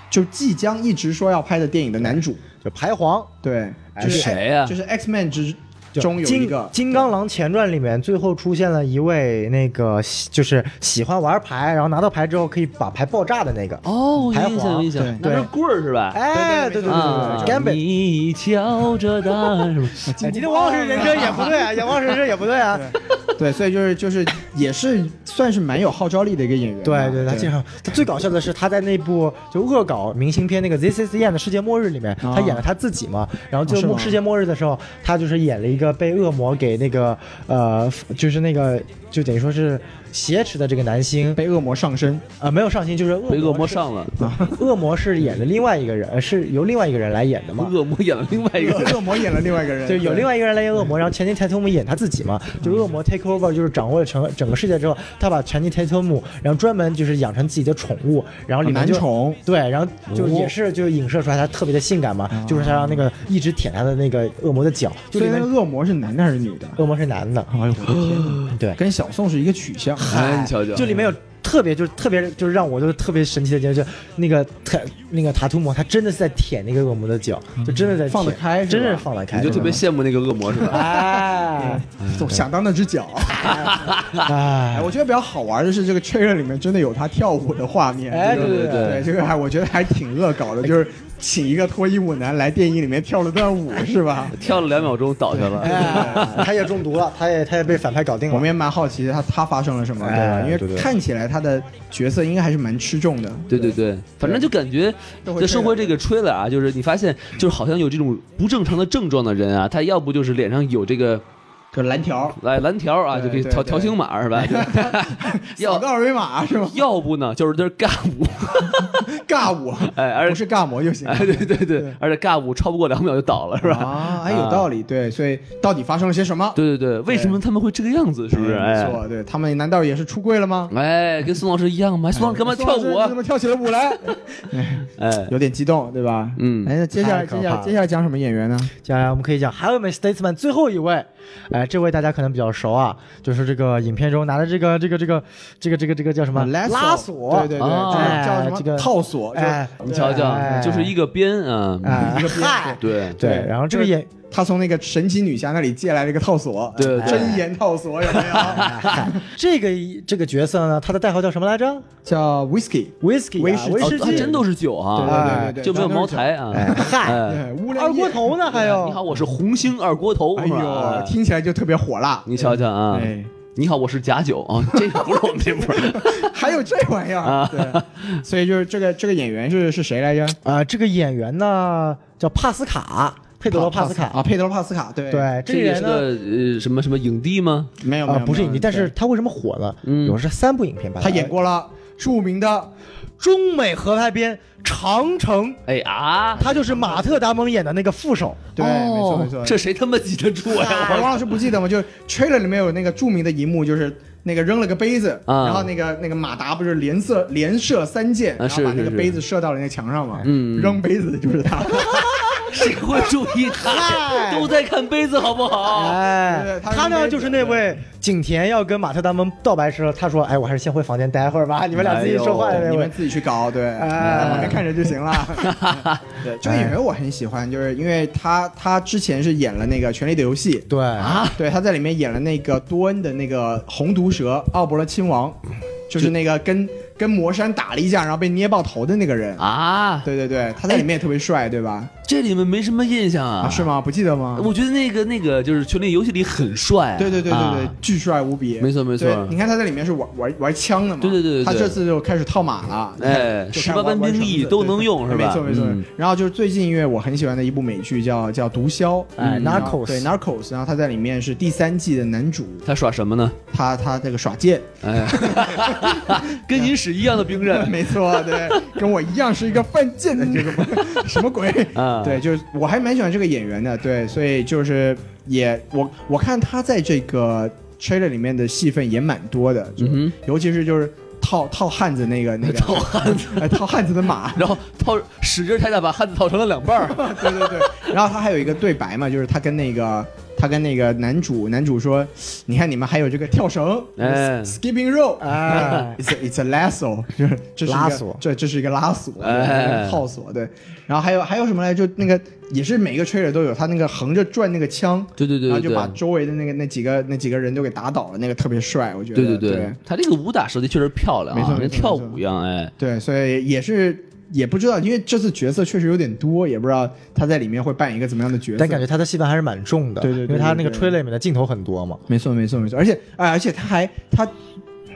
就即将一直说要拍的电影的男主。
就排皇，
对，
哎
就是
谁呀
就是 X Man 之
就
中有一
金
个
金刚狼前传里面最后出现了一位那个喜就是喜欢玩牌，然后拿到牌之后可以把牌爆炸的那个。
哦，
排
有印象有
华
印象
对，
拿着
对
棍儿是吧？
哎，对对对
啊
对对，Gambit。
你敲着蛋，是 吧
哎今天王老师人生也不 对啊，王老师人生也不对啊。
对，所以就是就是也是算是蛮有号召力的一个演员啊吧。
对对，他经常他最搞笑的是他在那部就恶搞明信片那个《This Is the End》的世界末日里面，
啊
他演了他自己嘛。然后
哦
最
是
后
吗
世界末日的时候，他就是演了一个被恶魔给那个呃，就是那个就等于说是挟持的这个男星，
被恶魔上身。
呃没有上心，就是恶
被恶魔
是，
上 了，
恶魔是演的另外一个人，呃是由另外一个人来演的嘛。
恶魔演了另外一个人，
恶魔演了另外一个人，
就有另
外
外一个人来演恶魔，然后前进泰托姆演他自己嘛，
嗯
就是恶魔 take over，就是掌握了整个整个世界之后，他把前进泰托姆，然后专门就是养成自己的宠物，然后里面
哦
男
就
宠，
对，然后就也是就影射出来他特别的性感嘛，
嗯
就是他让那个一直舔他的那个恶魔的脚，就
所
里
以那
面
个恶魔是男的还是女的？
恶魔是男的，
哎呦，我的天哪！
对，
跟小宋是一个取向。
哎你瞧瞧，
就里面有。特别就是特别就是让我就是特别神奇的点，就是那个塔那个塔图姆，他真的是在舔那个恶魔的脚，就真的在
嗯放得
舔
开是吧
真是放得开，
你就特别羡慕那个恶魔是吧？
哎
总想当那只脚。 哎，
哎，
我觉得比较好玩的是这个 trailer 里面真的有他跳舞的画面。
哎
这个
对哎
对对
对，这个还我觉得还挺恶搞的，就是请一个脱衣舞男来电影里面跳了段舞，是吧？
跳了两秒钟倒下了，
哎，他也中毒了，他也他也被反派搞定
我们
了。
也蛮好奇他他发生了什么，对吧？
哎
因
对
为
对
看起来他的角色应该还是蛮吃重的。
对对对，反正就感觉
都会
这
吹
生活
来
这个吹了啊，就是你发现就是好像有这种不正常的症状的人啊，他要不就是脸上有这个
就蓝条，
来蓝条啊，就
对
可以
对
调
对
条形码是吧？就
扫
要
个二维码是吗？
要不呢，就是在这儿尬舞，
尬我，
哎，而
不
且
是尬魔就行
哎，对对对，而且尬舞超不过两秒就倒了，是吧？
啊，哎，有道理，对，所以到底发生了些什么？
对对对，为什么他们会这个样子？是不是？
哎没
哎
错，对他们难道也是出柜了吗？
哎，跟宋老师一样嘛，宋老师干嘛跳
宋
舞
老师你
啊
怎？么跳起了 舞来？
哎，
有点激动，对吧？
嗯
哎，那接下来
太可
接下
怕
来
了
接下来讲什么演员呢？
接下来我们可以讲还有一位 statesman 最后一位，哎，这位大家可能比较熟啊，就是这个影片中拿着这个这个这个这个这个这个叫什么
拉
啊拉锁，
对对对，
哦
就是叫
哎
什么、
这个
套索？就是
哎，
你瞧瞧
哎，
就是一个编啊，
哎，嗨，
对
对，然后这个
就是
演
他从那个神奇女侠那里借来了一个套索，
对对
哎真言套索有 没有？
这个这个角色呢，他的代号叫什么来着
叫 Whisky，
？Whisky，
威
啊
士忌
威
哦
士，
还
忌，
真都是酒啊，
对对对对，
就没有茅台啊。
哎嗨，
哎，
对，乌
二
兰
锅
叶，
头呢还有
你好，，我是红星二锅头。
哎
是吧
呦，听起来就特别火辣。
你瞧瞧啊，
哎，
你好，我是假酒啊，这个不是我们这波。
还有这玩意
啊
儿，对，所以就是这个这个演员是是谁来着？
啊，这个演员呢叫帕斯卡，佩德罗帕斯卡，
啊，佩德罗帕斯卡，对
对，
这
这个
也
人
是
呢
个。呃什么什么影帝吗？
没有没
啊，
有
不是
没
影
有
帝，但是
对
他为什么火呢？
嗯
有是三部影片吧，
他演过了著名
哦
的
《中美合拍片》《长城》，
哎啊，
他就是马特·达蒙演的那个副手。
对，没错没错，
这谁他妈记得住啊呀？
哎王
我
老师不记得吗？就是 trailer 里面有那个著名的一幕，就是那个扔了个杯子，
啊
然后那个那个马达不是连射连射三箭，
啊
然
是
后把那个
是是
杯子射到了那个墙上嘛。
嗯
扔杯子的就是他，
谁会注意他？都在看杯子好不好？
哎
对，他是
他
那
呢
个
就是那位景甜要跟马特·达蒙道白时候，他说：“哎，我还是先回房间待会儿啊吧，你们俩自己说话的
对
那
哎你们
位。
自己去搞，对，
哎
我们看着就行了。 对，这个演员我很喜欢，就是因为他他之前是演了那个《权力的游戏》，
对”啊，
对，他在里面演了那个多恩的那个红毒蛇奥伯勒亲王，就是那个跟跟魔山打了一架，然后被捏爆头的那个人。
啊，
对对对，他在里面也特别帅，对吧？
这里面没什么印象啊
哎
啊，是？吗？不记得吗？
我觉得那个那个就是《权力游戏》里很帅，
对对对对对
啊，，
巨帅无比。
没错没错
对你看他在里面是玩玩玩枪的嘛？
对对对对对
他这次就开始套马了。
哎，十
就开始
八
玩
般兵
玩绳
役
子
都能用
对
是吧？
没错没错
嗯。
然后就是最近因为我很喜欢的一部美剧叫叫《毒枭》，
哎
嗯然后
Narcos
对 Narcos，然后他在里面是第三季的男主，
他耍什么呢？
他他这个耍 剑，
哎，跟您使一样的兵刃
没错，对，跟我一样是一个犯贱的这 个什么鬼？
啊，
对，就是我还蛮喜欢这个演员的，对，所以就是也我我看他在这个 trailer 里面的戏份也蛮多的，就
嗯哼
尤其是就是套套汉子那个 那个套汉 子、套汉子的马，
然后套使劲太大，把汉子套成了两半 儿。
对对对，然后他还有一个对白嘛，就是他跟那个他跟那个男主男主说，你看你们还有这个跳绳，
哎
s k i p p i n g rope，啊
哎
It's a, it's a lasso，就是这是一个
拉索
这这是一个拉索，
哎
对套索对。然后还有还有什么来着？就那个也是每个 trailer 都有，他那个横着转那个枪，
对对对
然后
对
就把
对。
周围的那个那几个那几个人都给打倒了，那个特别帅，我觉得。
对对
对
对，他这个武打设计确实漂亮
没错
啊，跟
没错
跳
没
舞
错
一样，哎，
对所以也是也不知道，因为这次角色确实有点多，也不知道他在里面会扮演一个怎么样的角色。
但感觉他的戏份还是蛮重的，
对对对
因为他那
对
个
对
吹里面的镜头很多嘛。
没错，没错，没错。而且，哎、而且他还他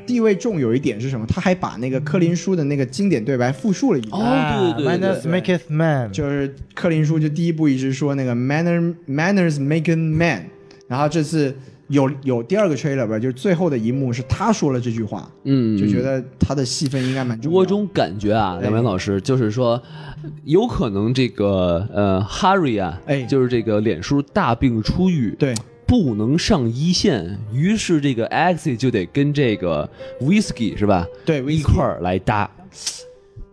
地位重有一点是什么？他还把那个柯林书的那个经典对白复述了一遍。
哦，对对对对
Manners maketh man，
就是柯林书就第一部一直说那个 manner manners make a man，然后这次有有第二个 trailer 吧，就是最后的一幕是他说了这句话，
嗯，
就觉得他的戏份应该蛮重要的。
我种感觉啊，
哎
两位老师就是说，有可能这个呃，Harry 啊，
哎
就是这个脸书大病初愈，
对
不能上一线，于是这个 Axie 就得跟这个 Whisky 是吧，
对
一块，儿来搭，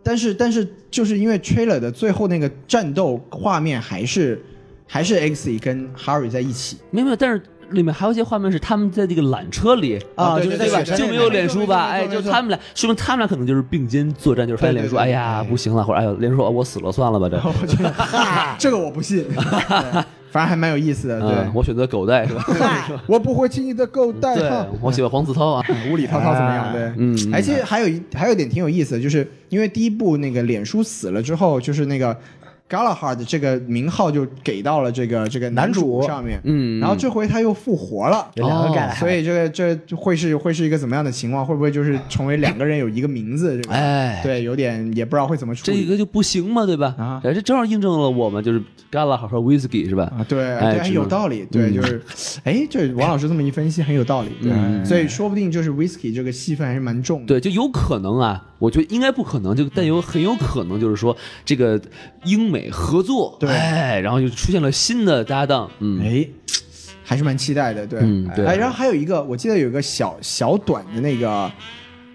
但是但是就是因为 trailer 的最后那个战斗画面还是还是 X 跟 Harry 在一起。
明白？但是里面还有一些画面是他们在这个缆车里。
啊
就
对
是
对
吧？
对对
就没有脸书吧？哎，
没错没
就
错
他们俩，说明他们俩可能就是并肩作战，就是发现
对对
脸书，
对
哎呀，
对
不行了，或者哎呦，脸书，啊我死了，算了吧，这，
我觉得 这个我 不信，对反正还蛮有意思的。 对，
嗯，我选择狗带是 吧？
我不会轻易的够带
对
哈。，
我喜欢黄子 韬啊，
无理滔滔怎么样？对，
嗯嗯
而且还有一还有一点挺有意思的，就是因为第一部那个脸书死了之后，就是那个 Galahad 这个名号就给到了这个这个
男主
主上面，
嗯，
然后这回他又复活了。
有两个
哦
盖，
所以这个这会是会是一个怎么样的情况？会不会就是成为两个人有一个名字？这个
哎，
对，有点也不知道会怎么处
这
理
个就不行嘛，对吧？
啊
哎，这正好印证了我们就是嘎啦好和 whisky 是吧？
啊。对，
哎
对，
只能
有道理。对，就是，哎，这王老师这
嗯
么一分析很有道理。对，所以说不定就是 Whisky 这个戏份还是蛮重的。
对，就有可能啊，我觉得应该不可能，就但
嗯
有很有可能就是说这个英美合作，
对
哎，然后就出现了新的搭档，嗯，
哎，还是蛮期待的，对，
嗯对
哎，然后还有一个，我记得有一个小小短的那个。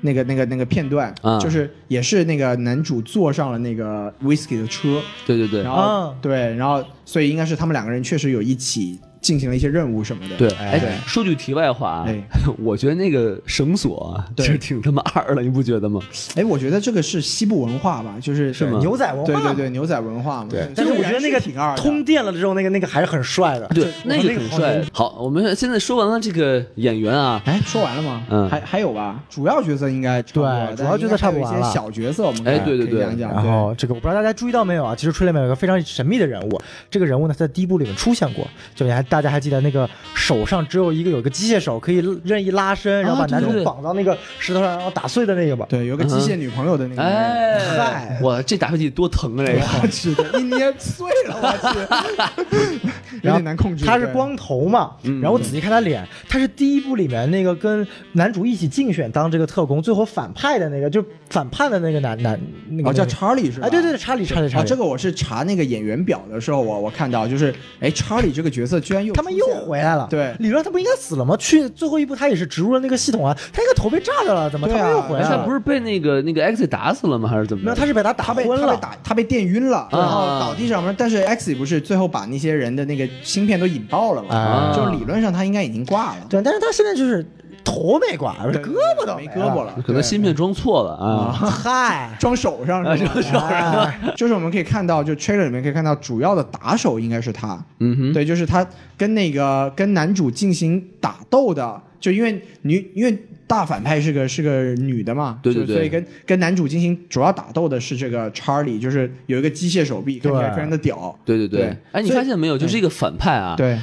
那个、那个、那个片段，
啊
就是也是那个男主坐上了那个 whisky 的车，
对对对
然，后、
啊
对，然后所以应该是他们两个人确实有一起进行了一些任务什么的。
对，
哎，
哎，说句题外话啊
哎，
我觉得那个绳索啊，其
对
实挺他妈二的，你不觉得吗？
哎，我觉得这个是西部文化吧，就是
是吗
牛仔文化
对
嘛
对对，牛仔文化嘛。
对
但是我觉得那个
挺二的
通电了之后，那个那个还是很帅的。
对，
那
那
个
个挺帅的。好，我们现在说完了这个演员啊，
哎，说完了吗？
嗯
还还有吧，主要角色应该差不多
对
但
主要角色差不
应该还
完
有
了
一些小角色我们
哎
可
对
以
对
可以
对
讲一讲。
然
对
后这个我不知道大家注意到没有啊？其实吹里面有个非常神秘的人物，这个人物呢，在第一部里面出现过，就你还大家还记得那个手上只有一个有个机械手可以任意拉伸，然后把
对
男
啊对
主
对
绑到那个石头上，然后打碎的那个吧？
对，有个机械女朋友的那个人，
嗯哎
嗨，
哇，这打飞机多疼啊！这个，
我去，一捏碎了，我去，有
然后
点难控制。
他是
对哦嗯
光头嘛，然后我仔细看他脸，他是第一部里面那个跟男主一起竞选当这个特工，最后反派的那个，就反叛的那个男男，那个
哦，叫
那个
查理是吧？
哎，对对对，查理查理查
啊，
理，
这个我是查那个演员表的时候，我我看到就是，哎，查理这个角色居然又
他们
出
又
现了
回来了。
对
理论上他不应该死了吗？去最后一步他也是植入了那个系统啊，他那个头被炸掉了，怎么他
对啊
们又回
哎
来
他
了？
不是被那个那个 X 打死了吗？还是怎么着？
没有，他是被他打
他被
昏
他被
了。
打他被电晕
啊
了，然后倒地上面。但是 X 不是最后把那些人的那个芯片都引爆了嘛？
啊
就是理论上他应该已经挂了，
对，但是他现在就是头没挂，胳膊都
没
了
胳膊。了，
可能芯片装错了啊。
嗨，
啊装手上是吧？
哎
就是我们可以看到，就 trailer 里面可以看到，主要的打手应该是他。
嗯哼，
对，就是他跟那个跟男主进行打斗的，就因为女，因为大反派是个是个女的嘛，
对对
就
对
所以跟跟男主进行主要打斗的是这个 Charlie，就是有一个机械手臂，看起来
对
非常的屌。
对对对
对，
哎，你
所以
发现没有？就是一个反派啊，，
对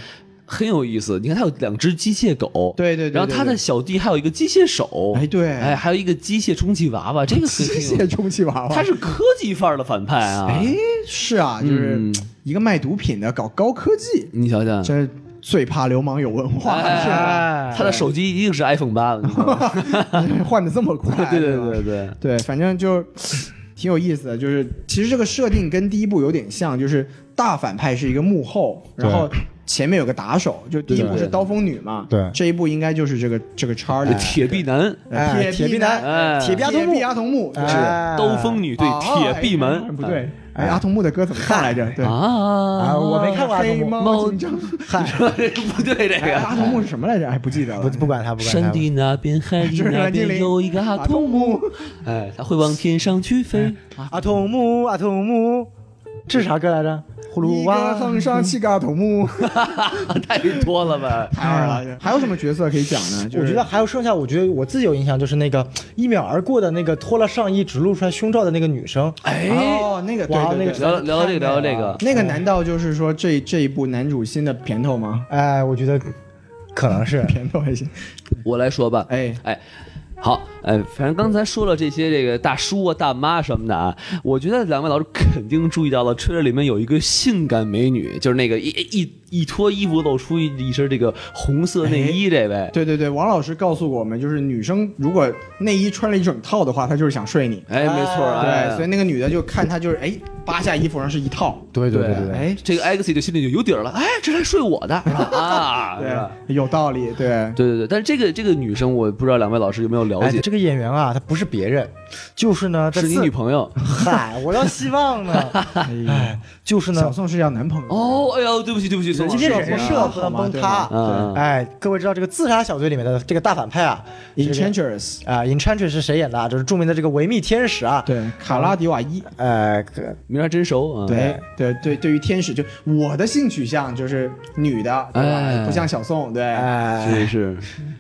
很有意思。你看，他有两只机械狗，
对对对对
然后他的小弟还有一个机械手，
哎对
哎，还有一个机械充气娃娃，这个
机
很
械，充气娃娃，
他是科技范儿的反派啊。
哎，是啊，就是
嗯
一个卖毒品的，搞高科技，
你想想，
这最怕流氓有文化，是吧？
哎
他的手机一定是 iPhone 八了，你知道吗
换的这么快，
哎对对
吧
对对，
对，反正就挺有意思的，就是其实这个设定跟第一部有点像，就是大反派是一个幕后，然后前面有个打手，就第一部是刀锋女嘛，
对
这一部应该就是这个这个叉儿
这铁臂男，
哎
铁
铁
臂
臂
男
男
哎，
铁臂阿童木
铁臂阿童木，对
哎
刀锋女对
哦
铁臂
哎
门，
不对，哎，阿童木的歌怎么唱来着？对。
啊
啊，我没看过阿童
黑
木，
猫警长，
嗨，
不对这
哎
个。
阿童木是什么来着？哎，不记得了。
不不管他，不管他。
山地那边，海
就
里
是
那
蓝精
边
灵
有一个阿童木，哎，他会往天上去飞。
阿童木，阿童木，这是啥歌来着？葫芦
一
娃
个。横上七个阿童木，
啊太多了吧？
太二了。还有什么角色可以讲呢？啊就是
我觉得还有剩下，我觉得我自己有印象，就是那个一秒而过的那个脱了上衣只露出来胸罩的那个女生，
哎，
哦，那个对
哇
对
那个
对
聊聊到这个，聊到这个，
那个难道就是说这这一部男主新的片头 吗？
哎，我觉得可能 是
片头还行，
我来说吧。
哎，
哎，好，哎，反正刚才说了这些这个大叔啊、大妈什么的啊，我觉得两位老师肯定注意到了，吹了里面有一个性感美女，就是那个一一一脱衣服露出一身这个红色内衣这位。
对对对，王老师告诉我们，就是女生如果内衣穿了一整套的话，她就是想睡你。
哎，没错，哎
对，所以那个女的就看她就是哎，扒下衣服上是一套。
对
对
哎，
这个 X 就心里就有底儿了，哎，这还睡我的是吧啊，是吧？
对，有道理。对，
对对对，但是这个这个女生，我不知道两位老师有没有了
哎
解，，
这个演员啊，她不是别人，就是呢，在
是你
四
女朋友
嗨，我要希望呢， 哎，就是
小
呢，
宋是要男朋友。
哦，哎呦，对不起对不起，宋老
今天
师，啊
人设不能崩塌
啊好吗
嗯
哎，各位知道这个自杀小队里面的这个大反派啊
对
这个
，Enchantress，
啊 e n c h a n t r e s 是谁演的啊？就是著名的这个维密天使啊，，
对，卡拉迪瓦伊。
哎，可
名儿真熟啊，
对对对，对于天使，就我的性取向就是女的，对吧
哎？
不像小宋，对，
哎，
真是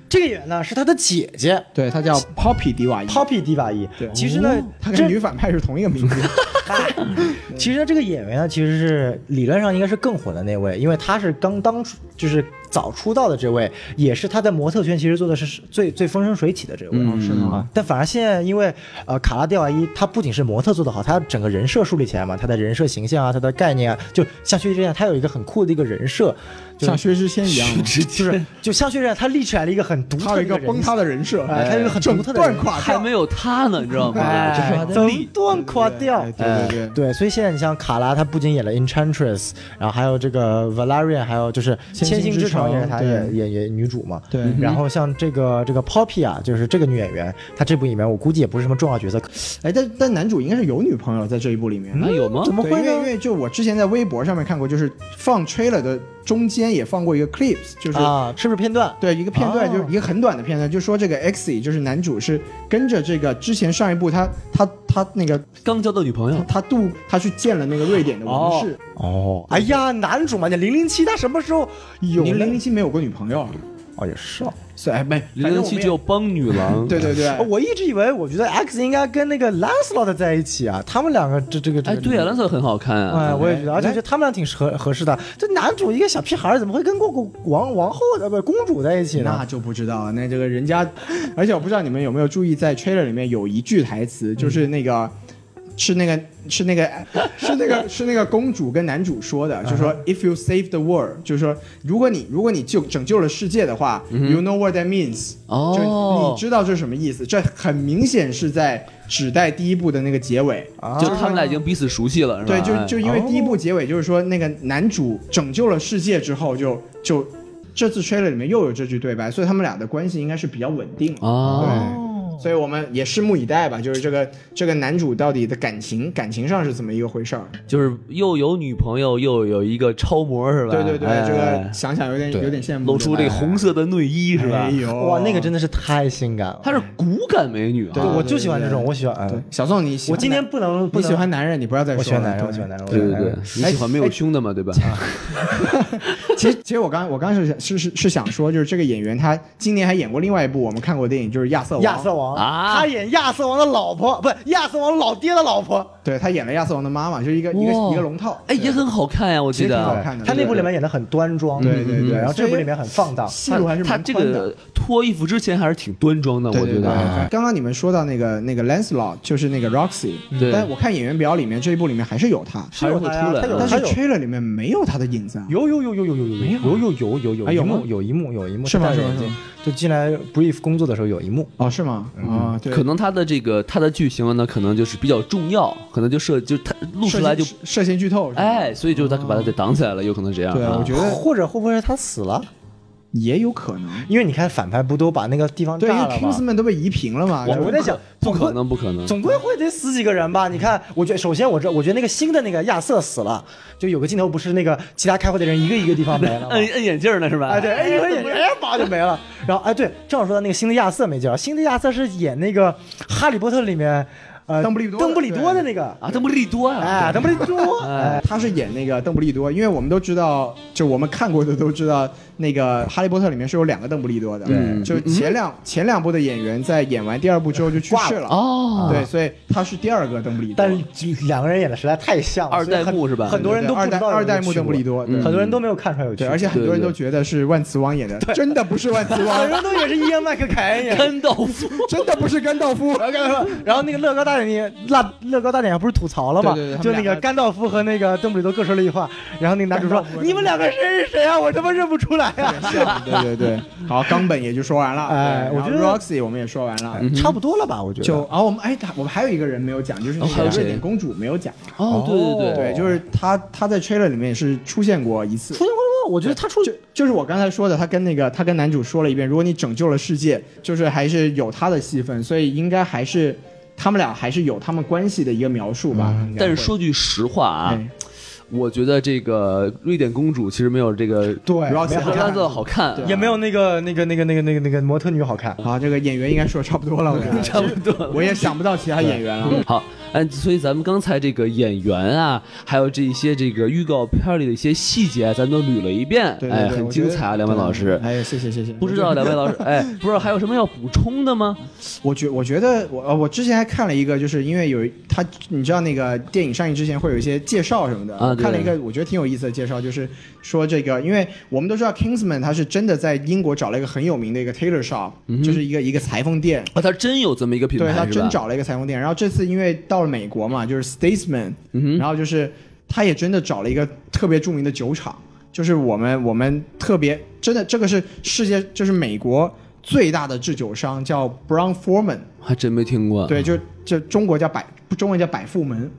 这个演员呢是他的姐姐
对，她叫 Poppy 迪瓦伊。
Poppy 迪瓦伊
对。哦
其实呢，
她
这
跟女反派是同一个名字。
其实这个演员呢，其实是理论上应该是更火的那位，因为他是刚当初就是早出道的这位，也是他在模特圈其实做的是最最风生水起的这位。
嗯是吗
啊，但反而现在因为呃卡拉蒂瓦伊，他不仅是模特做得好，他整个人设树立起来嘛，他的人设形象啊，他的概念啊，就像薛之谦，他有一个很酷的一个人设，就
像薛之谦一样，
就是就像薛之谦，他立起来了一个很独
他
特
有
的
一个
人
崩
设
塌的人设，
哎他有一个很
整
独特的
段
人
垮
还
掉，
没有他呢，你知道吗？这啊是
哎
他，的
整
力。
段垮掉。
对对对对，
对，所以现在你像卡拉，她不仅演了 Enchantress，然后还有这个 Valerian，还有就是《千
千
星
星
之
之
城》
城
也是她
对
演演演女主嘛。
对
嗯
然后像这个这个 Poppy 啊，就是这个女演员，她这部里面我估计也不是什么重要角色，
哎，但但男主应该是有女朋友了，在这一部里面。
啊，有吗？
怎么
对，
会
因为因
呢？
为就我之前在微博上面看过，就是放 trailer 的中间也放过一个 clips，就是、
啊，是不是片段？
对一个片段，
哦
就是一个很短的片段，就说这个 X E，就是男主是跟着这个之前上一部他他他那个
刚交的女朋友
他，他度他去见了那个瑞典的王室，
哦，哎呀，男主嘛，你零零七他什么时候有
零
呢
零零七没有过女朋友，啊
哦，也是哦。
所以哎没
零零七只有帮女郎。
对对对，
哎我一直以为，我觉得 X 应该跟那个 Lancelot 在一起啊，他们两个这这个这
哎，
个
对啊，蓝色很好看
嗯
哎，
啊。
我也觉得，而且我觉得他们俩挺合合适的。这男主一个小屁孩儿，怎么会跟国国王王后呃不公主在一起
那
呢？
就不知道了。那这个人家，而且我不知道你们有没有注意，在 trailer 里面有一句台词，就是那个。是那个，是那个，是那个，是那个公主跟男主说的，就说 "If you save the world"，就是说如果你如果你救拯救了世界的话，you know what that means，就
哦
你，知道这是什么意思？这很明显是在指代第一部的那个结尾，
啊哦
就他们俩已经彼此熟悉了，是吧？
对，就
哎
就因为第一部结尾就是说那个男主拯救了世界之后就，就这次 trailer 里面又有这句对白，所以他们俩的关系应该是比较稳定的。
哦，
对，所以我们也拭目以待吧，就是这个这个男主到底的感情感情上是怎么一个回事儿？
哎就是又有女朋友，又有一个超模，是吧？
对对对，
哎
这个想想有点有点羡慕，
露出这个红色的内衣，
对
是
吧？
吧
哎？呦，
哇，那个真的是太性感了。
她是骨感美女
对
啊。
对，我就喜欢这种，
对对
我喜欢。哎
对，小宋你喜欢
我今天不能不
你
能
喜欢，男人，你不要再说
我
了，
喜欢男人，
对
我喜欢男人。我喜
对
欢
对
男人
哎
对，你喜欢没有胸的嘛，对吧？
其实，其实我刚我刚是想是是是想说，就是这个演员他今年还演过另外一部我们看过的电影，就是《亚瑟王》。
亚瑟王
啊
他演亚瑟王的老婆，不是亚瑟王老爹的老婆。
对他演了亚瑟王的妈妈，就是一个一个
哇
一个龙套。
哎，也很好看呀，我
其
记
实挺好
得
啊看。的
他那部
对嗯
里面演的很端庄，
对对对
然后这部
所以
里面很放荡。
戏路还是
他
蛮
这
宽的。
个脱衣服之前还是挺端庄的，
对
我
对
觉
对，
得。
反
哎
正刚刚你们说到那个那个 Lancelot，就是那个 Roxy，
嗯对
但我看演员表里面这一部里面还是有他，
还是会出来的
他有
但是
他有
trailer 里面没有他的影子啊。
有有有有有有有有有有有有
哎
一
有吗
幕有一幕有一幕
是吗
他戴着
是吗
眼镜
是吗
就进来 brief 工作的时候有一幕，
哦，是吗？啊，
嗯
对，
可能他的这个他的剧情呢，可能就是比较重要，可能就设就他录出来就
涉嫌涉嫌剧透。是吧，
哎，所以就是他把他给挡起来了，有可能这样
对，
啊
我。觉得
哦或者会不会是他死了？
也有可 能。
因为你看反派不都把那个地方
对，因为
炸了吗？
Kingsman 都被移平了嘛。
我
对吧
我在想，
不
总
可
归
能，不可能。
总归会得死几个人吧？你看，我觉得首先我这，我觉得那个新的那个亚瑟死了，就有个镜头不是那个其他开会的人一个一个地方没 了吗？
摁摁眼镜呢是吧？
哎，对，哎，一会儿眼睛哎，叭就没了。然后哎，对，正好说到那个新的亚瑟没介绍，新的亚瑟是演那个《哈利波特》里面呃
邓布利多的
邓布利多的那个，
啊，邓布利多呀、
哎，邓布利 多，哎，
呃他是演那个邓布利多，因为我们都知道，就我们看过的都知道，那个《哈利波特》里面是有两个邓布利多的，嗯
对
就前两、前两部的演员在演完第二部之后就去世了，
哦，
啊对，所以他是第二个邓布利多，
但是两个人演的实在太像了，
二代
所以很
目是吧
很多人都不
二
知
代
道有
二代
这个
目
区
邓布利
别，
多，
嗯
很多人都没有看出来有区
对，
别，
而且很多人
对对
都觉得是万磁王演的，真的不是万磁
很
王，
多人都以为是伊恩麦克 凯恩演的。
甘道夫，
真的不是甘道 夫。
然后刚才说，然后那个乐高大典，乐乐高大典不是吐槽了吗？
对对对他
就
们
那
两个
个甘道夫和那个邓布利多各说了一句话，然后那个男主说
甘道：“夫
你们两个谁是谁啊？ 我他妈认不出 来啊
对对对，好，冈本也就说完了，
哎
对
我觉
然后
得嗯
Roxy 我们也说完了！”，
差不多了吧，我觉得。
就啊，我们哎，他我们还有一个人没有讲，就是那
哦还
个
有谁
瑞典公主没有讲。
哦，对对对，
对，就是他他在 trailer 里面也是出现过一次
出。现过了吗？我觉得他出
就就是我刚才说的，他跟那个他跟男主说了一遍，如果你拯救了世界，就是还是有他的戏份，所以应该还是他们俩还是有他们关系的一个描述吧。应
嗯
该
但
会
是说句实话啊，
哎
我觉得这个瑞典公主其实没有这个
对
然后
没有
好看
甘道夫好看、
对
也没有那个那个那个那个那个那个模特女好看。
好，这个演员应该说差不多了，我觉得
差不多。
我也想不到其他演员了。啊
好，哎，所以咱们刚才这个演员啊，还有这一些这个预告片里的一些细节，啊咱都捋了一遍，
对对
哎，
对
很
我觉得
精彩啊，两位老师
对。哎呀，谢谢谢谢。
不知道两位 老师，哎，不知道还有什么要补充的吗？
我觉我觉得我呃我之前还看了一个，就是因为有他，你知道那个电影上映之前会有一些介绍什么的，
啊
我看了
对
一个我觉得挺有意思的介绍，就是说这个，因为我们都知道 Kingsman 他是真的在英国找了一个很有名的一个 tailor shop，、就是一个一个裁缝店，
啊，他真有这么一个嗯品
对他
牌是吧
真？找了一个裁缝店，然后这次因为到了美国嘛，就是 Statesman，、然
嗯
后就是他也真的找了一个特别著名的酒厂，就是我们我们特别真的这个是世界就是美国最大的制酒商叫 Brown Foreman，
还真没听过。
对，就就中国叫百中文叫百富门，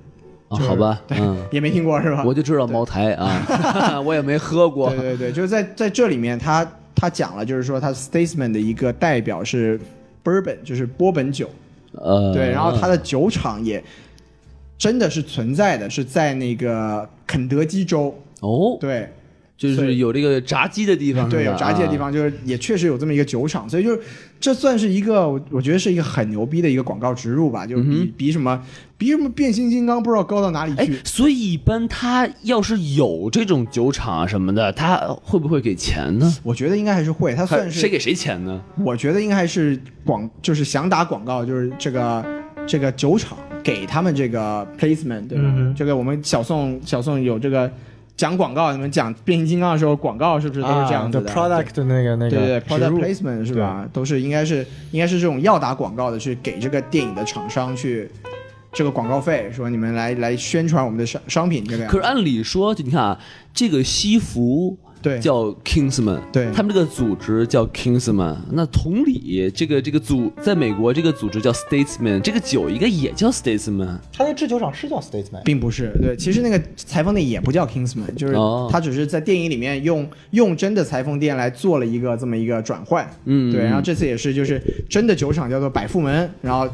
啊，
就是
好吧， 嗯，
也没听过是吧？
我就知道茅台 啊，我也没喝过
对。对对，就是在在这里面他他讲了，就是说他 Statesman 的一个代表是 Bourbon，就是波本酒。
呃，
对，然后它的酒厂也真的是存在的，是在那个肯德基州。
哦，
对
就
所
是
以
有这个炸鸡的啊地方，
对，
是吧
有炸鸡的地。方，就是也确实有这么一个酒厂，所以就是这算是一个，我我觉得是一个很牛逼的一个广告植入吧，
嗯
就是比、比什么比什么变形金刚不知道高到哪里
哎
去。，
所以一般他要是有这种酒厂啊什么的，他会不会给钱呢？
我觉得应该还是会，它算
谁
是，
给谁钱呢？
我觉得应该还是广，就是想打广告，就是这个这个酒厂给他们这个 placement，对吧？
嗯哼
这个我们小宋小宋有这个讲广告，你们讲变形金刚的时候，广告是不是都是这样子的、
啊 product 的那个那
对
个
对对
植入
，product placement 是吧？都是应该是应该是这种要打广告的，去给这个电影的厂商去这个广告费，说你们来来宣传我们的商商品这个样
可
子。
是按理说，就你看啊，这个西服
对
叫 Kingsman，
对
他们这个组织叫 Kingsman。那同理，这个这个组在美国这个组织叫 Statesman，这个酒应该也叫 Statesman。啊
他的制酒厂是叫 Statesman，
并不是，对，其实那个裁缝店也不叫 Kingsman，就是
哦
他只是在电影里面用用真的裁缝店来做了一个这么一个转换，
嗯
对，然后这次也是就是真的酒厂叫做百富门，然后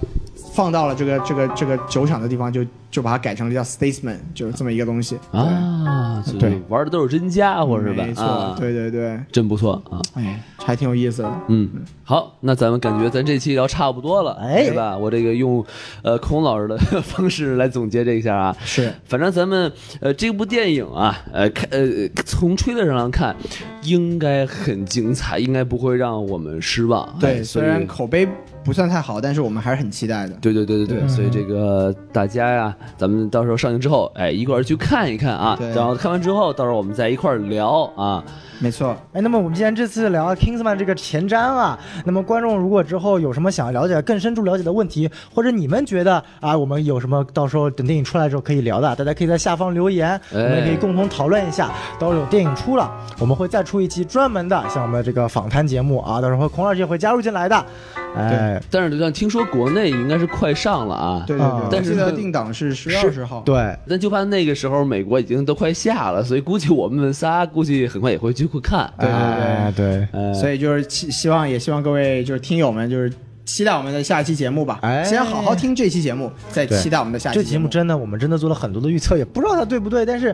放到了这个这个这个酒厂的地方就就把它改成了叫 Statesman，就是这么一个东西，
啊，就是
对
玩的都是真家伙是吧？
没错，
啊，
对对对，
真不错啊。
哎，还挺有意思的。
嗯，好，那咱们感觉咱这期聊差不多了，
哎
对吧？我这个用，呃，孔老师的 方式来总结这一下啊，
是，
反正咱们呃这部电影啊，呃看呃从吹的上来看，应该很精彩，应该不会让我们失望。哎
对，
所
虽
以
然口碑不算太好，但是我们还是很期待的。
对对对
嗯
对对，所以这个大家呀，咱们到时候上映之后，哎，一块儿去看一看啊，
对
然后看完之后，到时候我们再一块儿聊啊。
没错，
哎，那么我们既然这次聊 Kingsman 这个前瞻啊，那么观众如果之后有什么想了解、更深入了解的问题，或者你们觉得啊，我们有什么到时候等电影出来之后可以聊的，大家可以在下方留言，我们也可以共同讨论一下。到时候有电影出了，我们会再出一期专门的，像我们这个访谈节目啊，到时候孔老师也会加入进来的。哎，
但是好像听说国内应该是快上了啊，
对对
啊
对，
但是
我记得
呢
定档是十月二十号。
对，
但就怕那个时候美国已经都快下了，所以估计我们仨估计很快也会去会看。
对
哎
对
对，
呃，
所以就是希希望也希望各位就是听友们就是期待我们的下一期节目吧。
哎
先好好听这期节目，再期待我们的下一
这
期
节
目
目。真的，我们真的做了很多的预测，也不知道它对不对，但是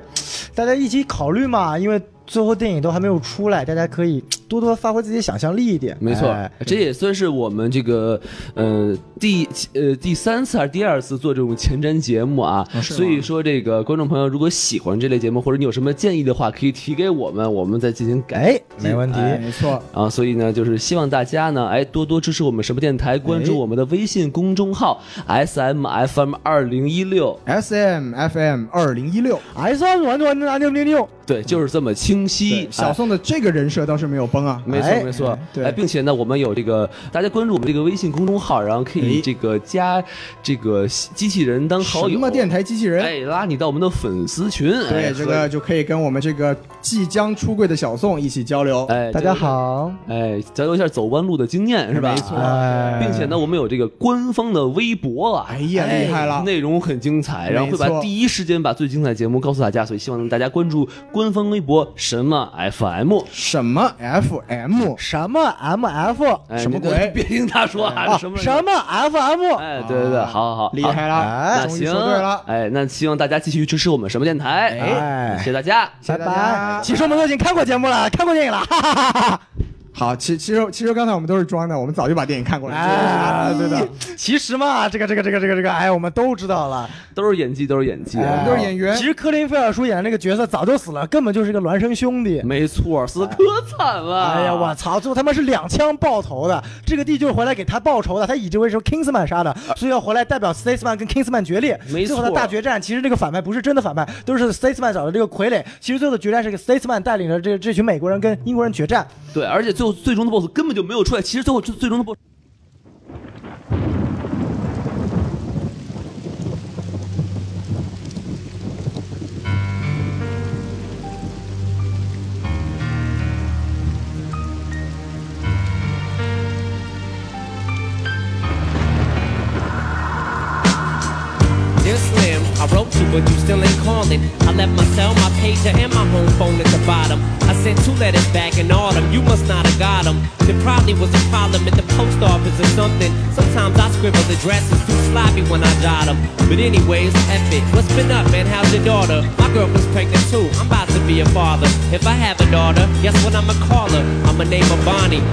大家一起考虑嘛，因为最后电影都还没有出来，大家可以多多发挥自己的想象力一点。
没错，
哎
这也算是我们这个呃第呃第三次还是第二次做这种前瞻节目啊。
哦是吗
所以说，这个观众朋友如果喜欢这类节目，或者你有什么建议的话，可以提给我们，我们再进行改。
哎，没问题。
哎没错，
啊，所以呢，就是希望大家呢，哎，多多支持我们什么电台，关
哎
注我们的微信公众号 S M F M 二零一六，
S M F M 二零一六。
哎，算了，完完完六六六，
对，就是这么清晰
对。小
哎
宋的这个人设倒是没有崩啊。
没错
哎
没错，
对
哎，并且呢，我们有这个，大家关注我们这个微信公众号，然后可以
哎
这个加这个机器人当好
什
友，
么电台机器人？
哎，拉你到我们的粉丝群，哎
对，这个，就可以跟我们这个即将出柜的小宋一起交流
和。哎，
大家，好，
哎，交流一下走弯路的经验是吧？
没错
啊
哎，
并且呢，我们有这个官方的微博啊，
哎呀厉害了
内容很精彩，然后会
没错
把第一时间把最精彩的节目告诉大家，所以希望大家关注官方微博什么 FM，
什么 F M？
什么 M F
哎，
什么
你
鬼哦
别听他说啊，
啊，
什么
什么 F M，
哎，对对对，
啊
好好好，
厉害了，
那
终于
行，
说对了。
哎，那希望大家继续支持我们什么电台，
哎
谢谢大家。
谢谢大
拜
家
拜。其实我们都已经看过节目了，看过电影了，哈哈哈哈。
好，其其实其实刚才我们都是装的，我们早就把电影看过了。
哎，对
的
的，，其实嘛，这个这个这个这个这个，哎，我们都知道了，
都是演技，都是演技，
哎
我们都是演员
其实科林菲尔叔演的那个角色早就死了，根本就是个孪生兄弟。
没错，死的可惨了。
哎呀，我操！最后他妈是两枪爆头的，这个弟就是回来给他报仇的，他以这为仇 Kingsman 杀的，所以要回来代表 Statesman 跟 Kingsman 决裂。
啊没
最后的
错
大决战，其实这个反派不是真的反派，都是 Statesman 找的这个傀儡。其实最后的决战是个 Statesman 带领着这这群美国人跟英国人决战。
对，而且最后最终的 BOSS 根本就没有出来。其实最后最最终的 BOSS
Dear Slim, I wrote you, but you still ain't calling. I left my cell, my pager, and my home phone at the bottom. I sent two letters back in autumn, you must not have got them. There probably was a problem at the post office or something. Sometimes I scribble addresses too sloppy when I jot 'em. But anyways, F it. What's been up, man? How's your daughter? My girlfriend's pregnant too, I'm about to be a father. If I have a daughter, guess what I'ma call her? I'ma name her Bonnie.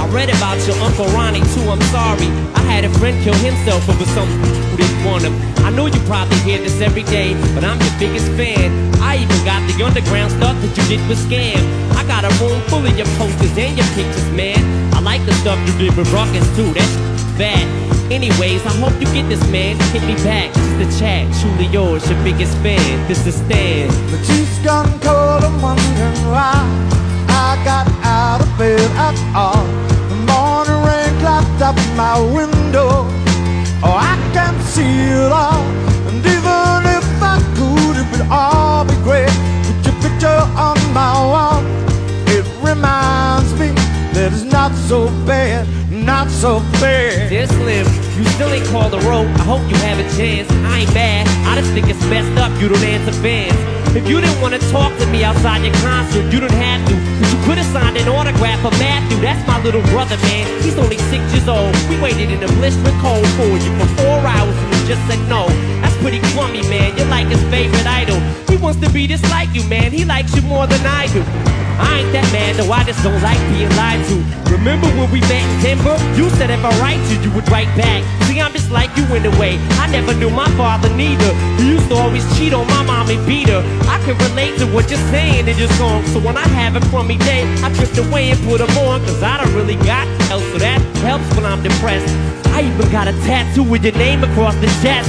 I read about your Uncle Ronnie too, I'm sorry. I had a friend kill himself over something who didn't want him. I know you probably hear this every day, but I'm your biggest fan. I even got the underground stuff that you did with Scam. I got a room full of your posters and your pictures, man. I like the stuff you did with Ruckus too, that's bad. Anyways, I hope you get this, man. Hit me back, just the chat. Truly yours, your biggest fan. This is Stan.
The tooth's gone cold, I'm wondering why I got out of bed at all. The morning rain clapped up my window. Oh, I can see it all. And even if I could, it would all be great. Put your picture on my wall. It reminds me that it's not so bad, not so bad.
This limb, you still ain't called the road. I hope you have a chance. I ain't bad. I just think it's messed up. You don't answer fans. If you didn't want to talk to me outside your concert, you didn't have to. Cause you could have signed an autograph for Matthew. That's my little brother, man. He's only six years old. We waited in the blistering cold for you for four hours and you just said no. That's pretty crummy, man. You're like his favorite idol. He wants to be just like you, man. He likes you more than I do. I ain't that mad, though I just don't like being lied to. Remember when we met in Denver? You said if I write you, you would write back. See, I'm just like you in a way. I never knew my father neither. You used to always cheat on my mom and beat her. I can relate to what you're saying in your song. So when I have a crummy day, I drift away and put them on. Cause I don't really got else, so that helps when I'm depressed. I even got a tattoo with your name across the chest.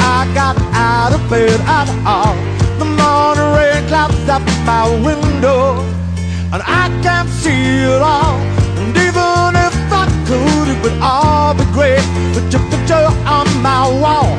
I got out of bed at all. The morning rain clouds up my window, and I can't see it all. And even if I could, it would all be great. Put your picture on my wall,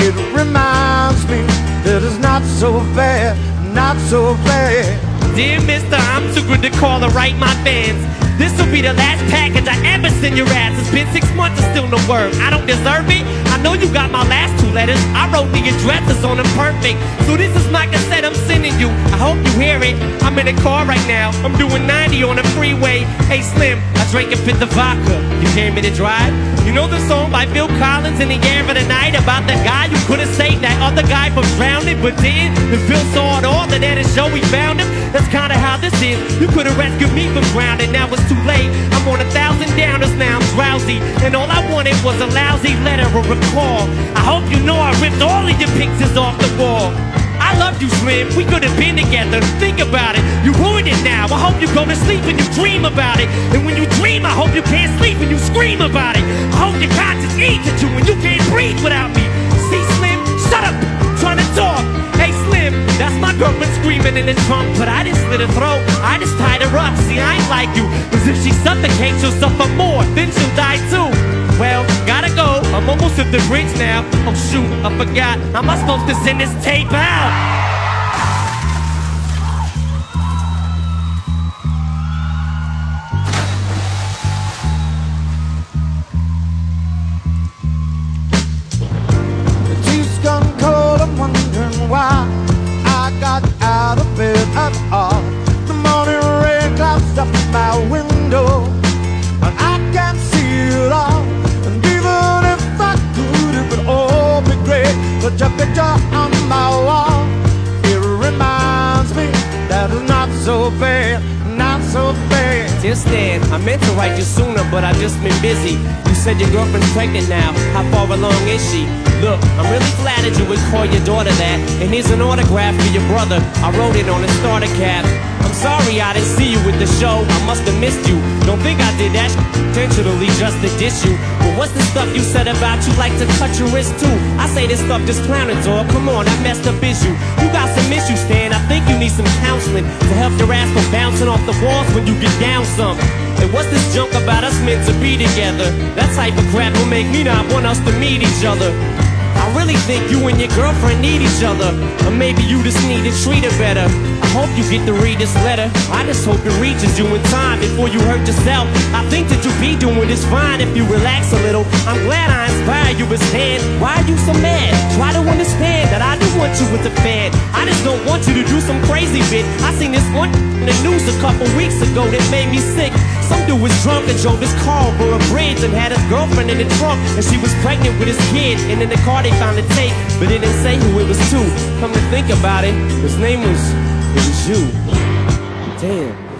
it reminds me that it's not so bad, not so bad.
Dear mister, I'm too good to call or write my fans. This'll be the last package I ever send your ass. It's been six months and still no word. I don't deserve it. I know you got my last two letters. I wrote the addresses on them perfect. So this is my cassette I'm sending you. I hope you hear it. I'm in a car right now. I'm doing 90 on the freeway. Hey Slim, I drank a fifth of vodka. You dare me to drive? You know the song by Phil Collins in the air of the night about the guy who couldn't save that other guy from drowning but did? And Phil saw it all and at his show he found him. That's kinda how this is. You could've rescued me from drowning, now it's too late. I'm on a thousand downers now, I'm drowsy. And all I wanted was a lousy letter or a call. I hope you know I ripped all of your pictures off the wall. I loved you, Slim. We could have been together. Think about it. You ruined it now. I hope you go to sleep and you dream about it. And when you dream, I hope you can't sleep and you scream about it. I hope your conscience eats at you and you can't breathe without me. See, Slim, shut up. I'm trying to talk. Hey, Slim, that's my girlfriend screaming in the trunk. But I didn't slit her throat. I just tied her up. See, I ain't like you. Cause if she suffocates, she'll suffer more. Then she'll die too. Well, gotta go. I'm almost at the bridge now. Oh, shoot, I forgot. How am I supposed to send this tape out? just then. I meant to write you sooner, but I've just been busy. You said your girlfriend's pregnant now. How far along is she? Look, I'm really flattered you would call your daughter that. And here's an autograph for your brother. I wrote it on a starter cap. I'm sorry I didn't see you with the show. I must have missed you. Don't think I did that sh- intentionally just to diss you. But what's the stuff you said about you like to cut your wrist too? I say this stuff just clowning, dog. Come on, I messed up is you. You got some issues, Stan. I think you need some counseling to help your ass from bouncing off the walls when you get down some. And what's this junk about us meant to be together? That type of crap will make me not want us to meet each other. I really think you and your girlfriend need each other. Or maybe you just need to treat her better. I hope you get to read this letter. I just hope it reaches you in time before you hurt yourself. I think that you be doing is fine if you relax a little. I'm glad I inspired you, but Stan, why are you so mad? Try to understand that I do want you with the fan. I just don't want you to do some crazy bit. I seen this one in the news a couple weeks ago that made me sick. Some dude was drunk and drove his car over a bridge and had his girlfriend in the trunk, and she was pregnant with his kid. And in the car they found a tape, but it didn't say who it was to. Come to think about it, his name was it was you. Damn.